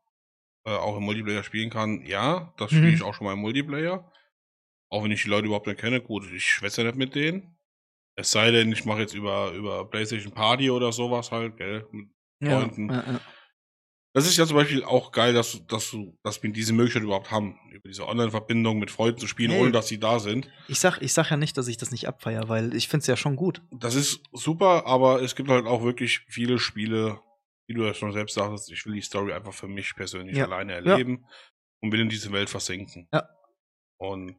B: äh, auch im Multiplayer spielen kann. Ja, das spiele
A: Mhm.
B: ich auch schon mal im Multiplayer. Auch wenn ich die Leute überhaupt nicht kenne. Gut, ich schwätze nicht mit denen. Es sei denn, ich mache jetzt über, über PlayStation Party oder sowas halt, gell? Mit
A: ja,
B: Freunden.
A: ja, ja.
B: Das ist ja zum Beispiel auch geil, dass, du- dass, du, dass wir diese Möglichkeit überhaupt haben, über diese Online-Verbindung mit Freunden zu spielen,
A: Hey.
B: ohne dass sie da sind.
A: Ich sag, ich sag ja nicht, dass ich das nicht abfeier, weil ich find's ja schon gut.
B: Das ist super, aber es gibt halt auch wirklich viele Spiele, wie du ja schon selbst sagtest, ich will die Story einfach für mich persönlich
A: Ja.
B: alleine erleben und will in diese Welt versinken.
A: Ja.
B: Und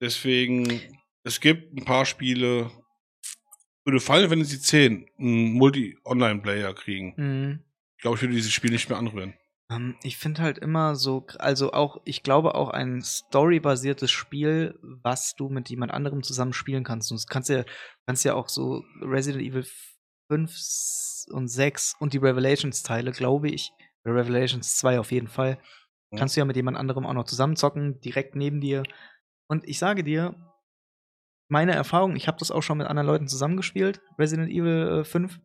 B: deswegen, es gibt ein paar Spiele, würde fallen, wenn sie 10 einen Multi-Online-Player kriegen.
A: Hm.
B: Ich glaube, ich würde dieses Spiel nicht mehr anrühren.
A: Ähm, ich finde halt immer so, also auch, ich glaube auch ein storybasiertes Spiel, was du mit jemand anderem zusammen spielen kannst. Du kannst ja, kannst ja auch so Resident Evil 5 und 6 und die Revelations-Teile, glaube ich, oder Revelations 2 auf jeden Fall,
B: Mhm.
A: kannst du ja mit jemand anderem auch noch zusammenzocken, direkt neben dir. Und ich sage dir, meine Erfahrung, ich habe das auch schon mit anderen Leuten zusammengespielt, Resident Evil äh, 5.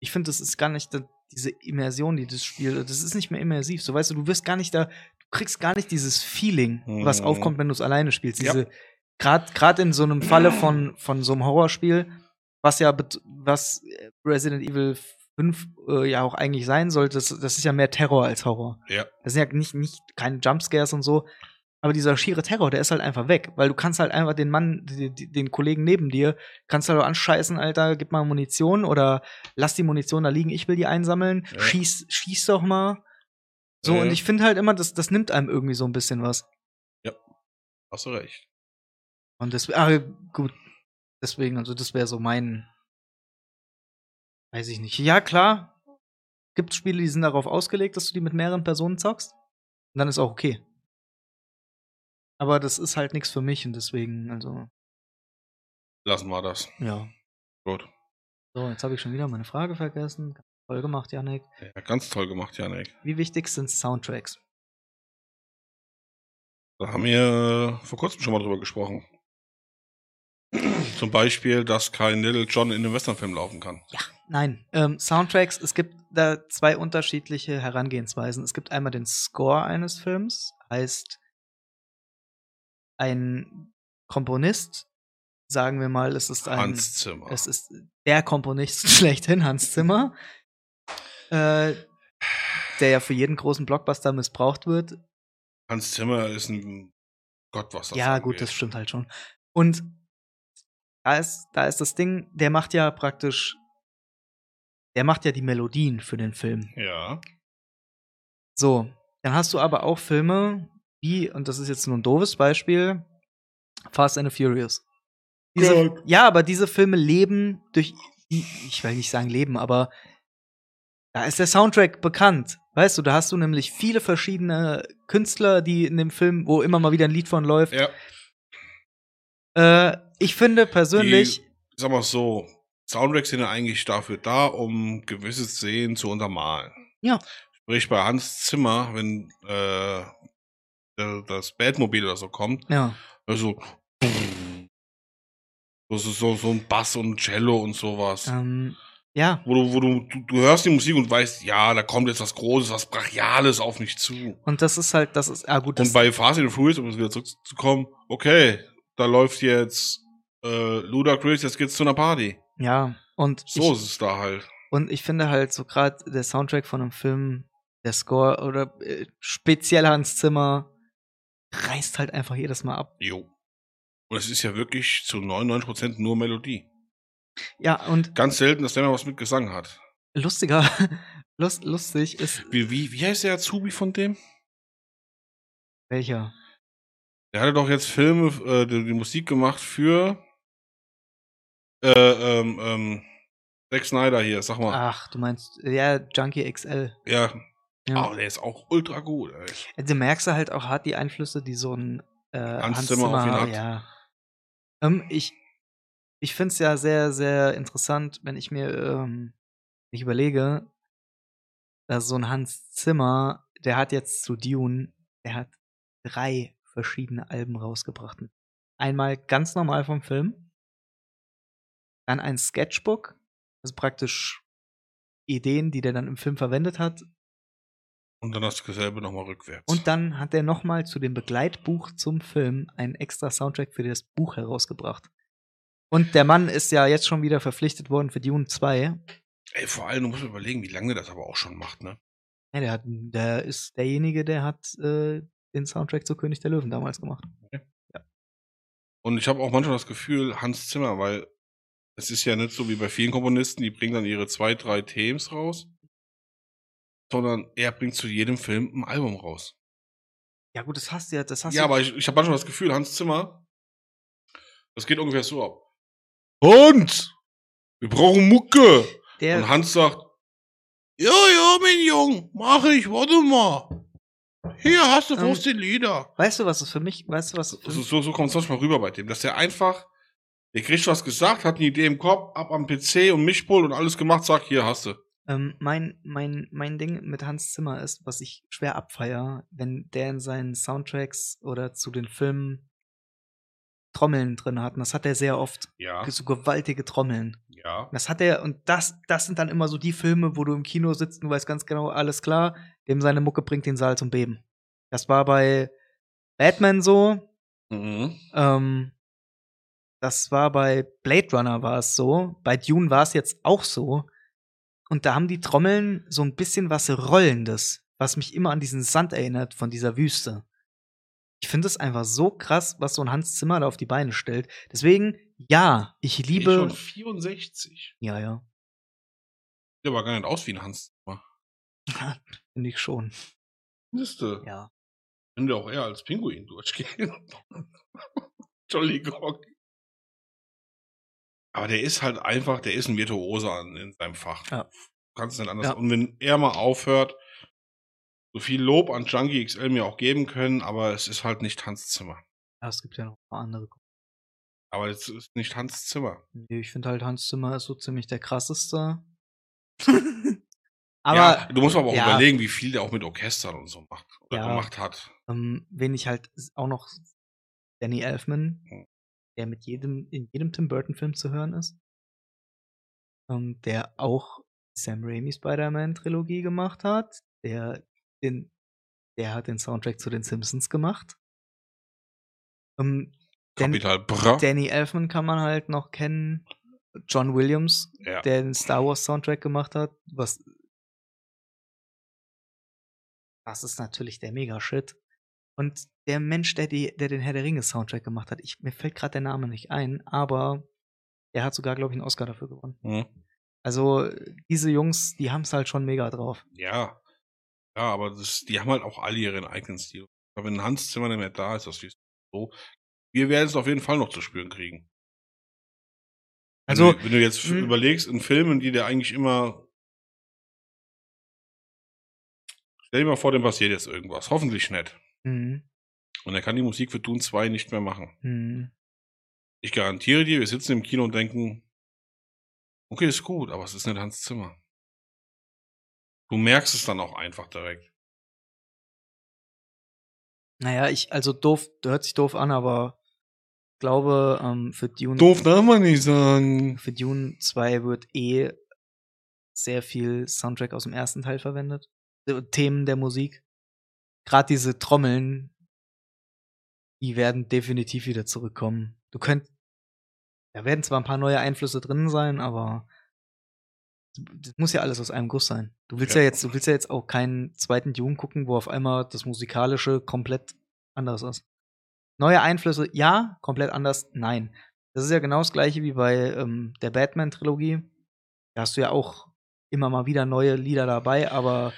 A: Ich finde, das ist gar nicht, diese Immersion, die das Spiel, das ist nicht mehr immersiv. So weißt du, du wirst gar nicht da, du kriegst gar nicht dieses Feeling, was
B: Mhm.
A: aufkommt, wenn du es alleine spielst.
B: Ja.
A: Diese, gerade gerade in so einem Falle von von so einem Horrorspiel, was ja bet- was äh, Resident Evil 5 äh, ja auch eigentlich sein sollte, das, das ist ja mehr Terror als Horror.
B: Ja.
A: Das sind ja nicht nicht keine Jumpscares und so. Aber dieser schiere Terror, der ist halt einfach weg, weil du kannst halt einfach den Mann, die- die- den Kollegen neben dir, kannst halt auch anscheißen, Alter, gib mal Munition oder lass die Munition da liegen, ich will die einsammeln,
B: Ja.
A: schieß, schieß doch mal. So,
B: Ja.
A: und ich finde halt immer, das, das nimmt einem irgendwie so ein bisschen was.
B: Hast du recht.
A: Und das, ah, gut. Deswegen, also das wäre so mein, weiß ich nicht. Ja, klar, gibt Spiele, die sind darauf ausgelegt, dass du die mit mehreren Personen zockst. Und dann ist auch okay. Aber das ist halt nichts für mich und deswegen, also,
B: Lassen wir das.
A: ja.
B: Gut.
A: So, jetzt habe ich schon wieder meine Frage vergessen. Voll gemacht, Janik.
B: Ja, ganz toll gemacht, Janik.
A: Wie wichtig sind Soundtracks?
B: Da haben wir äh, vor kurzem schon mal drüber gesprochen. Zum Beispiel, dass kein Little John in einem Westernfilm laufen kann.
A: Nein, ähm, Soundtracks, es gibt da zwei unterschiedliche Herangehensweisen. Es gibt einmal den Score eines Films, heißt ein Komponist, sagen wir mal, es ist ein
B: Hans Zimmer.
A: Ähm, es ist der Komponist <laughs> schlechthin, Hans Zimmer, äh, der ja für jeden großen Blockbuster missbraucht wird,
B: Hans Zimmer ist ein Gott, was das
A: Ja, gut,
B: angeht.
A: das stimmt halt schon. Und da ist, da ist das Ding, der macht ja praktisch, der macht ja die Melodien für den Film.
B: Ja.
A: So, dann hast du aber auch Filme wie, und das ist jetzt nur ein doofes Beispiel, Fast and the Furious. Diese,
B: Gott.
A: ja, aber diese Filme leben durch, ich will nicht sagen leben, aber da ist der Soundtrack bekannt. Weißt du, da hast du nämlich viele verschiedene Künstler, die in dem Film, wo immer mal wieder ein Lied von läuft,
B: Ja,
A: äh, ich finde persönlich,
B: ich sag mal so, Soundtracks sind ja eigentlich dafür da, um gewisse Szenen zu untermalen.
A: Ja.
B: Sprich, bei Hans Zimmer, wenn äh, der- das Batmobil oder so kommt,
A: ja,
B: also das ist so, so ein Bass und ein Cello und sowas.
A: ähm, ja.
B: Wo, du, wo du, du, du hörst die Musik und weißt, ja, da kommt jetzt was Großes, was Brachiales auf mich zu.
A: Und das ist halt, das ist, ah gut, das,
B: und bei Fast and Furious, um jetzt wieder zurückzukommen, okay, da läuft jetzt äh, Ludacris, jetzt geht's zu einer Party.
A: ja. Und
B: So
A: ich,
B: ist es da halt.
A: und ich finde halt so gerade der Soundtrack von einem Film, der Score oder äh, speziell Hans Zimmer reißt halt einfach jedes Mal ab.
B: Jo. Und es ist ja wirklich zu 99% nur Melodie.
A: Ja, und
B: Ganz selten, dass der mal was mit Gesang hat.
A: lustiger, <laughs> lust, lustig ist
B: Wie, wie, wie heißt der Azubi von dem?
A: welcher?
B: Der hatte doch jetzt Filme, äh, die, die Musik gemacht für äh, ähm, ähm, Zack Snyder hier, sag mal.
A: Ach, du meinst, ja, Junkie XL.
B: Ja.
A: Ja.
B: Oh, der ist auch ultra gut, ey.
A: Also merkst du halt auch hart die Einflüsse, die so ein äh, Hans,
B: Zimmer
A: Zimmer
B: auf ihn
A: hat.
B: hat.
A: Ja. Ähm, ich ich finde es ja sehr, sehr interessant, wenn ich mir ähm, ich überlege, dass so ein Hans Zimmer, der hat jetzt zu Dune, der hat drei verschiedene Alben rausgebracht. Einmal ganz normal vom Film, dann ein Sketchbook, also praktisch Ideen, die der dann im Film verwendet hat,
B: Und dann hast du dasselbe nochmal rückwärts.
A: und dann hat er nochmal zu dem Begleitbuch zum Film einen extra Soundtrack für das Buch herausgebracht. Und der Mann ist ja jetzt schon wieder verpflichtet worden für Dune 2.
B: Ey, vor allem, du musst überlegen, wie lange der das aber auch schon macht, ne?
A: Ja, der, hat, der ist derjenige, der hat äh, den Soundtrack zu König der Löwen damals gemacht.
B: Und ich habe auch manchmal das Gefühl, Hans Zimmer, weil es ist ja nicht so wie bei vielen Komponisten, die bringen dann ihre zwei, drei Themes raus, sondern er bringt zu jedem Film ein Album raus.
A: Ja, gut, das hast du ja, das hast
B: ja,
A: du.
B: aber ich, ich habe manchmal das Gefühl, Hans Zimmer, das geht ungefähr so ab. Hans! Wir brauchen Mucke!
A: der,
B: Und Hans sagt, ja, ja, mein Jung, mach ich, warte mal. Hier hast du
A: Ähm, Hm.
B: 15 Lieder.
A: weißt du, was es für mich, weißt du, was es für
B: So, so, so kommt es manchmal rüber bei dem, dass der einfach, der kriegt was gesagt, hat eine Idee im Kopf, ab am PC und Mischpult und alles gemacht, sagt, hier hast du.
A: Ähm, mein, mein, mein Ding mit Hans Zimmer ist, was ich schwer abfeier, wenn der in seinen Soundtracks oder zu den Filmen Trommeln drin hatten. Das hat er sehr oft.
B: Ja,
A: So gewaltige Trommeln.
B: ja.
A: Das hat er, und das, das sind dann immer so die Filme, wo du im Kino sitzt und weißt ganz genau, alles klar, dem seine Mucke bringt den Saal zum Beben. Das war bei Batman so,
B: Mhm.
A: ähm, das war bei Blade Runner war es so, bei Dune war es jetzt auch so. Und da haben die Trommeln so ein bisschen was Rollendes, was mich immer an diesen Sand erinnert von dieser Wüste. Ich finde es einfach so krass, was so ein Hans Zimmer da auf die Beine stellt. Deswegen, ja, ich
B: Ich
A: liebe.
B: schon 64.
A: ja, ja.
B: Der war gar nicht aus wie ein Hans. Zimmer.
A: Finde ich schon.
B: Müsste.
A: Ja.
B: Könnte auch eher als Pinguin durchgehen. <laughs> Entschuldigung. Aber der ist halt einfach, der ist ein Virtuose an, in seinem Fach.
A: Ja.
B: Kannst es nicht anders.
A: Ja.
B: Und wenn er mal aufhört, so viel Lob an Junkie XL mir auch geben können, aber es ist halt nicht Hans Zimmer.
A: ja es gibt ja noch ein paar andere.
B: Aber es ist nicht Hans Zimmer.
A: Nee, ich finde halt Hans Zimmer ist so ziemlich der krasseste.
B: ja,
A: Aber
B: du musst aber auch
A: ja.
B: überlegen, wie viel der auch mit Orchestern und so macht. Oder
A: Ja.
B: gemacht hat.
A: ähm, wen ich halt s- auch noch Danny Elfman,
B: Mhm.
A: der mit jedem in jedem Tim Burton Film zu hören ist, ähm, der auch Sam Raimi Spider-Man Trilogie gemacht hat, der den der hat den Soundtrack zu den Simpsons gemacht. Ähm, Dan-
B: Kapital Bra.
A: Danny Elfman kann man halt noch kennen. John Williams,
B: Ja.
A: der den Star Wars Soundtrack gemacht hat, was das ist natürlich der Mega-Shit. Und der Mensch, der, die, der den Herr der Ringe Soundtrack gemacht hat, ich, mir fällt gerade der Name nicht ein, aber er hat sogar, glaube ich, einen Oscar dafür gewonnen.
B: Hm.
A: Also diese Jungs, die haben es halt schon mega drauf.
B: Ja. Ja, aber das, die haben halt auch alle ihren eigenen Stil. Aber wenn Hans Zimmer nicht mehr da ist, das ist so. Wir werden es auf jeden Fall noch zu spüren kriegen. Wenn
A: Also
B: du, wenn du jetzt
A: mh.
B: überlegst, in Filmen, die der eigentlich immer. Stell dir mal vor, dem passiert jetzt irgendwas. Hoffentlich nicht.
A: mh,
B: Und er kann die Musik für Dune 2 nicht mehr machen.
A: mh,
B: Ich garantiere dir, wir sitzen im Kino und denken, okay, ist gut, aber es ist nicht Hans Zimmer. Du merkst es dann auch einfach direkt.
A: naja, ich also doof, hört sich doof an, aber glaube ähm, für Dune
B: darf man nicht sagen.
A: Für Dune 2 wird eh sehr viel Soundtrack aus dem ersten Teil verwendet. Äh, Themen der Musik. Gerade diese Trommeln, die werden definitiv wieder zurückkommen. Du könnt. Da werden zwar ein paar neue Einflüsse drin sein, aber das muss ja alles aus einem Guss sein. Du willst ja,
B: Ja.
A: jetzt, du willst ja jetzt auch keinen zweiten Dune gucken, wo auf einmal das Musikalische komplett anders ist. Neue Einflüsse, ja, komplett anders, nein. Das ist ja genau das gleiche wie bei ähm, der Batman-Trilogie. Da hast du ja auch immer mal wieder neue Lieder dabei, aber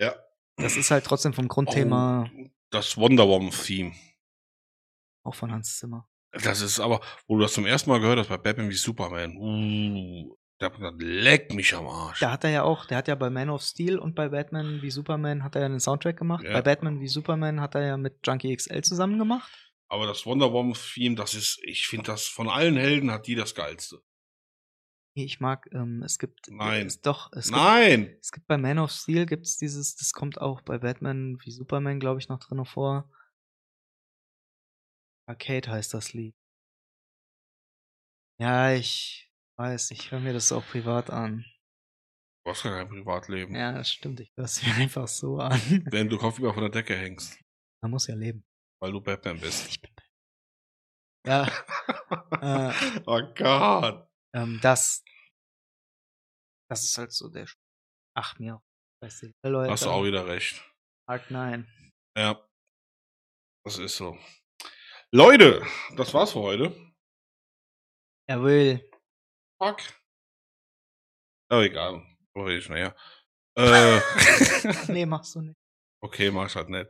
B: Ja.
A: das ist halt trotzdem vom Grundthema
B: Das Wonder Woman-Theme. Oh.
A: auch von Hans Zimmer.
B: Das ist aber, wo du das zum ersten Mal gehört hast, bei Batman wie Superman. Uh, da hab ich gedacht, leck mich am Arsch.
A: Da hat er ja auch, der hat ja bei Man of Steel und bei Batman wie Superman hat er ja einen Soundtrack gemacht.
B: Ja.
A: Bei Batman wie Superman hat er ja mit Junkie XL zusammen gemacht.
B: Aber das Wonder Woman-Theme, das ist, ich finde das, von allen Helden hat die das geilste.
A: Nee, Ich mag, ähm, es gibt.
B: Nein.
A: Es, doch, es gibt
B: Nein!
A: Es gibt bei Man of Steel gibt's dieses, das kommt auch bei Batman wie Superman, glaube ich, noch drin vor. Arcade heißt das Lied. Ja, ich weiß, ich höre mir das auch privat an.
B: Du hast gar kein Privatleben.
A: Ja, das stimmt, ich höre es mir <laughs> einfach so an.
B: Wenn du Kopf über von der Decke hängst,
A: Man muss ja leben.
B: weil du Batman bist.
A: Ich bin
B: <laughs>
A: ja, äh,
B: oh Gott.
A: ähm, das. Das ist halt so der. Sch Ach, mir auch. Weißt du, Leute.
B: Hast du auch wieder recht.
A: Hard 9.
B: Ja. Das ist so. Leute, das war's für heute.
A: Er will.
B: Fuck. Aber egal. Mach ich naja. Äh,
A: <laughs>
B: <laughs>
A: Nee, machst du nicht.
B: okay, mach ich halt nicht.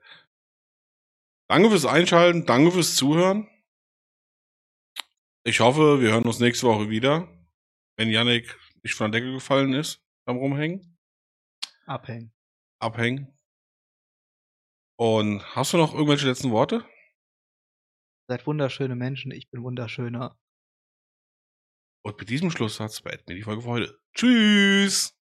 B: Danke fürs Einschalten, danke fürs Zuhören. Ich hoffe, wir hören uns nächste Woche wieder, wenn Yannick nicht von der Decke gefallen ist beim Rumhängen,
A: Abhängen.
B: Abhängen. Und hast du noch irgendwelche letzten Worte?
A: Seid wunderschöne Menschen, ich bin wunderschöner.
B: Und mit diesem Schlusssatz beenden wir die Folge für heute. Tschüss!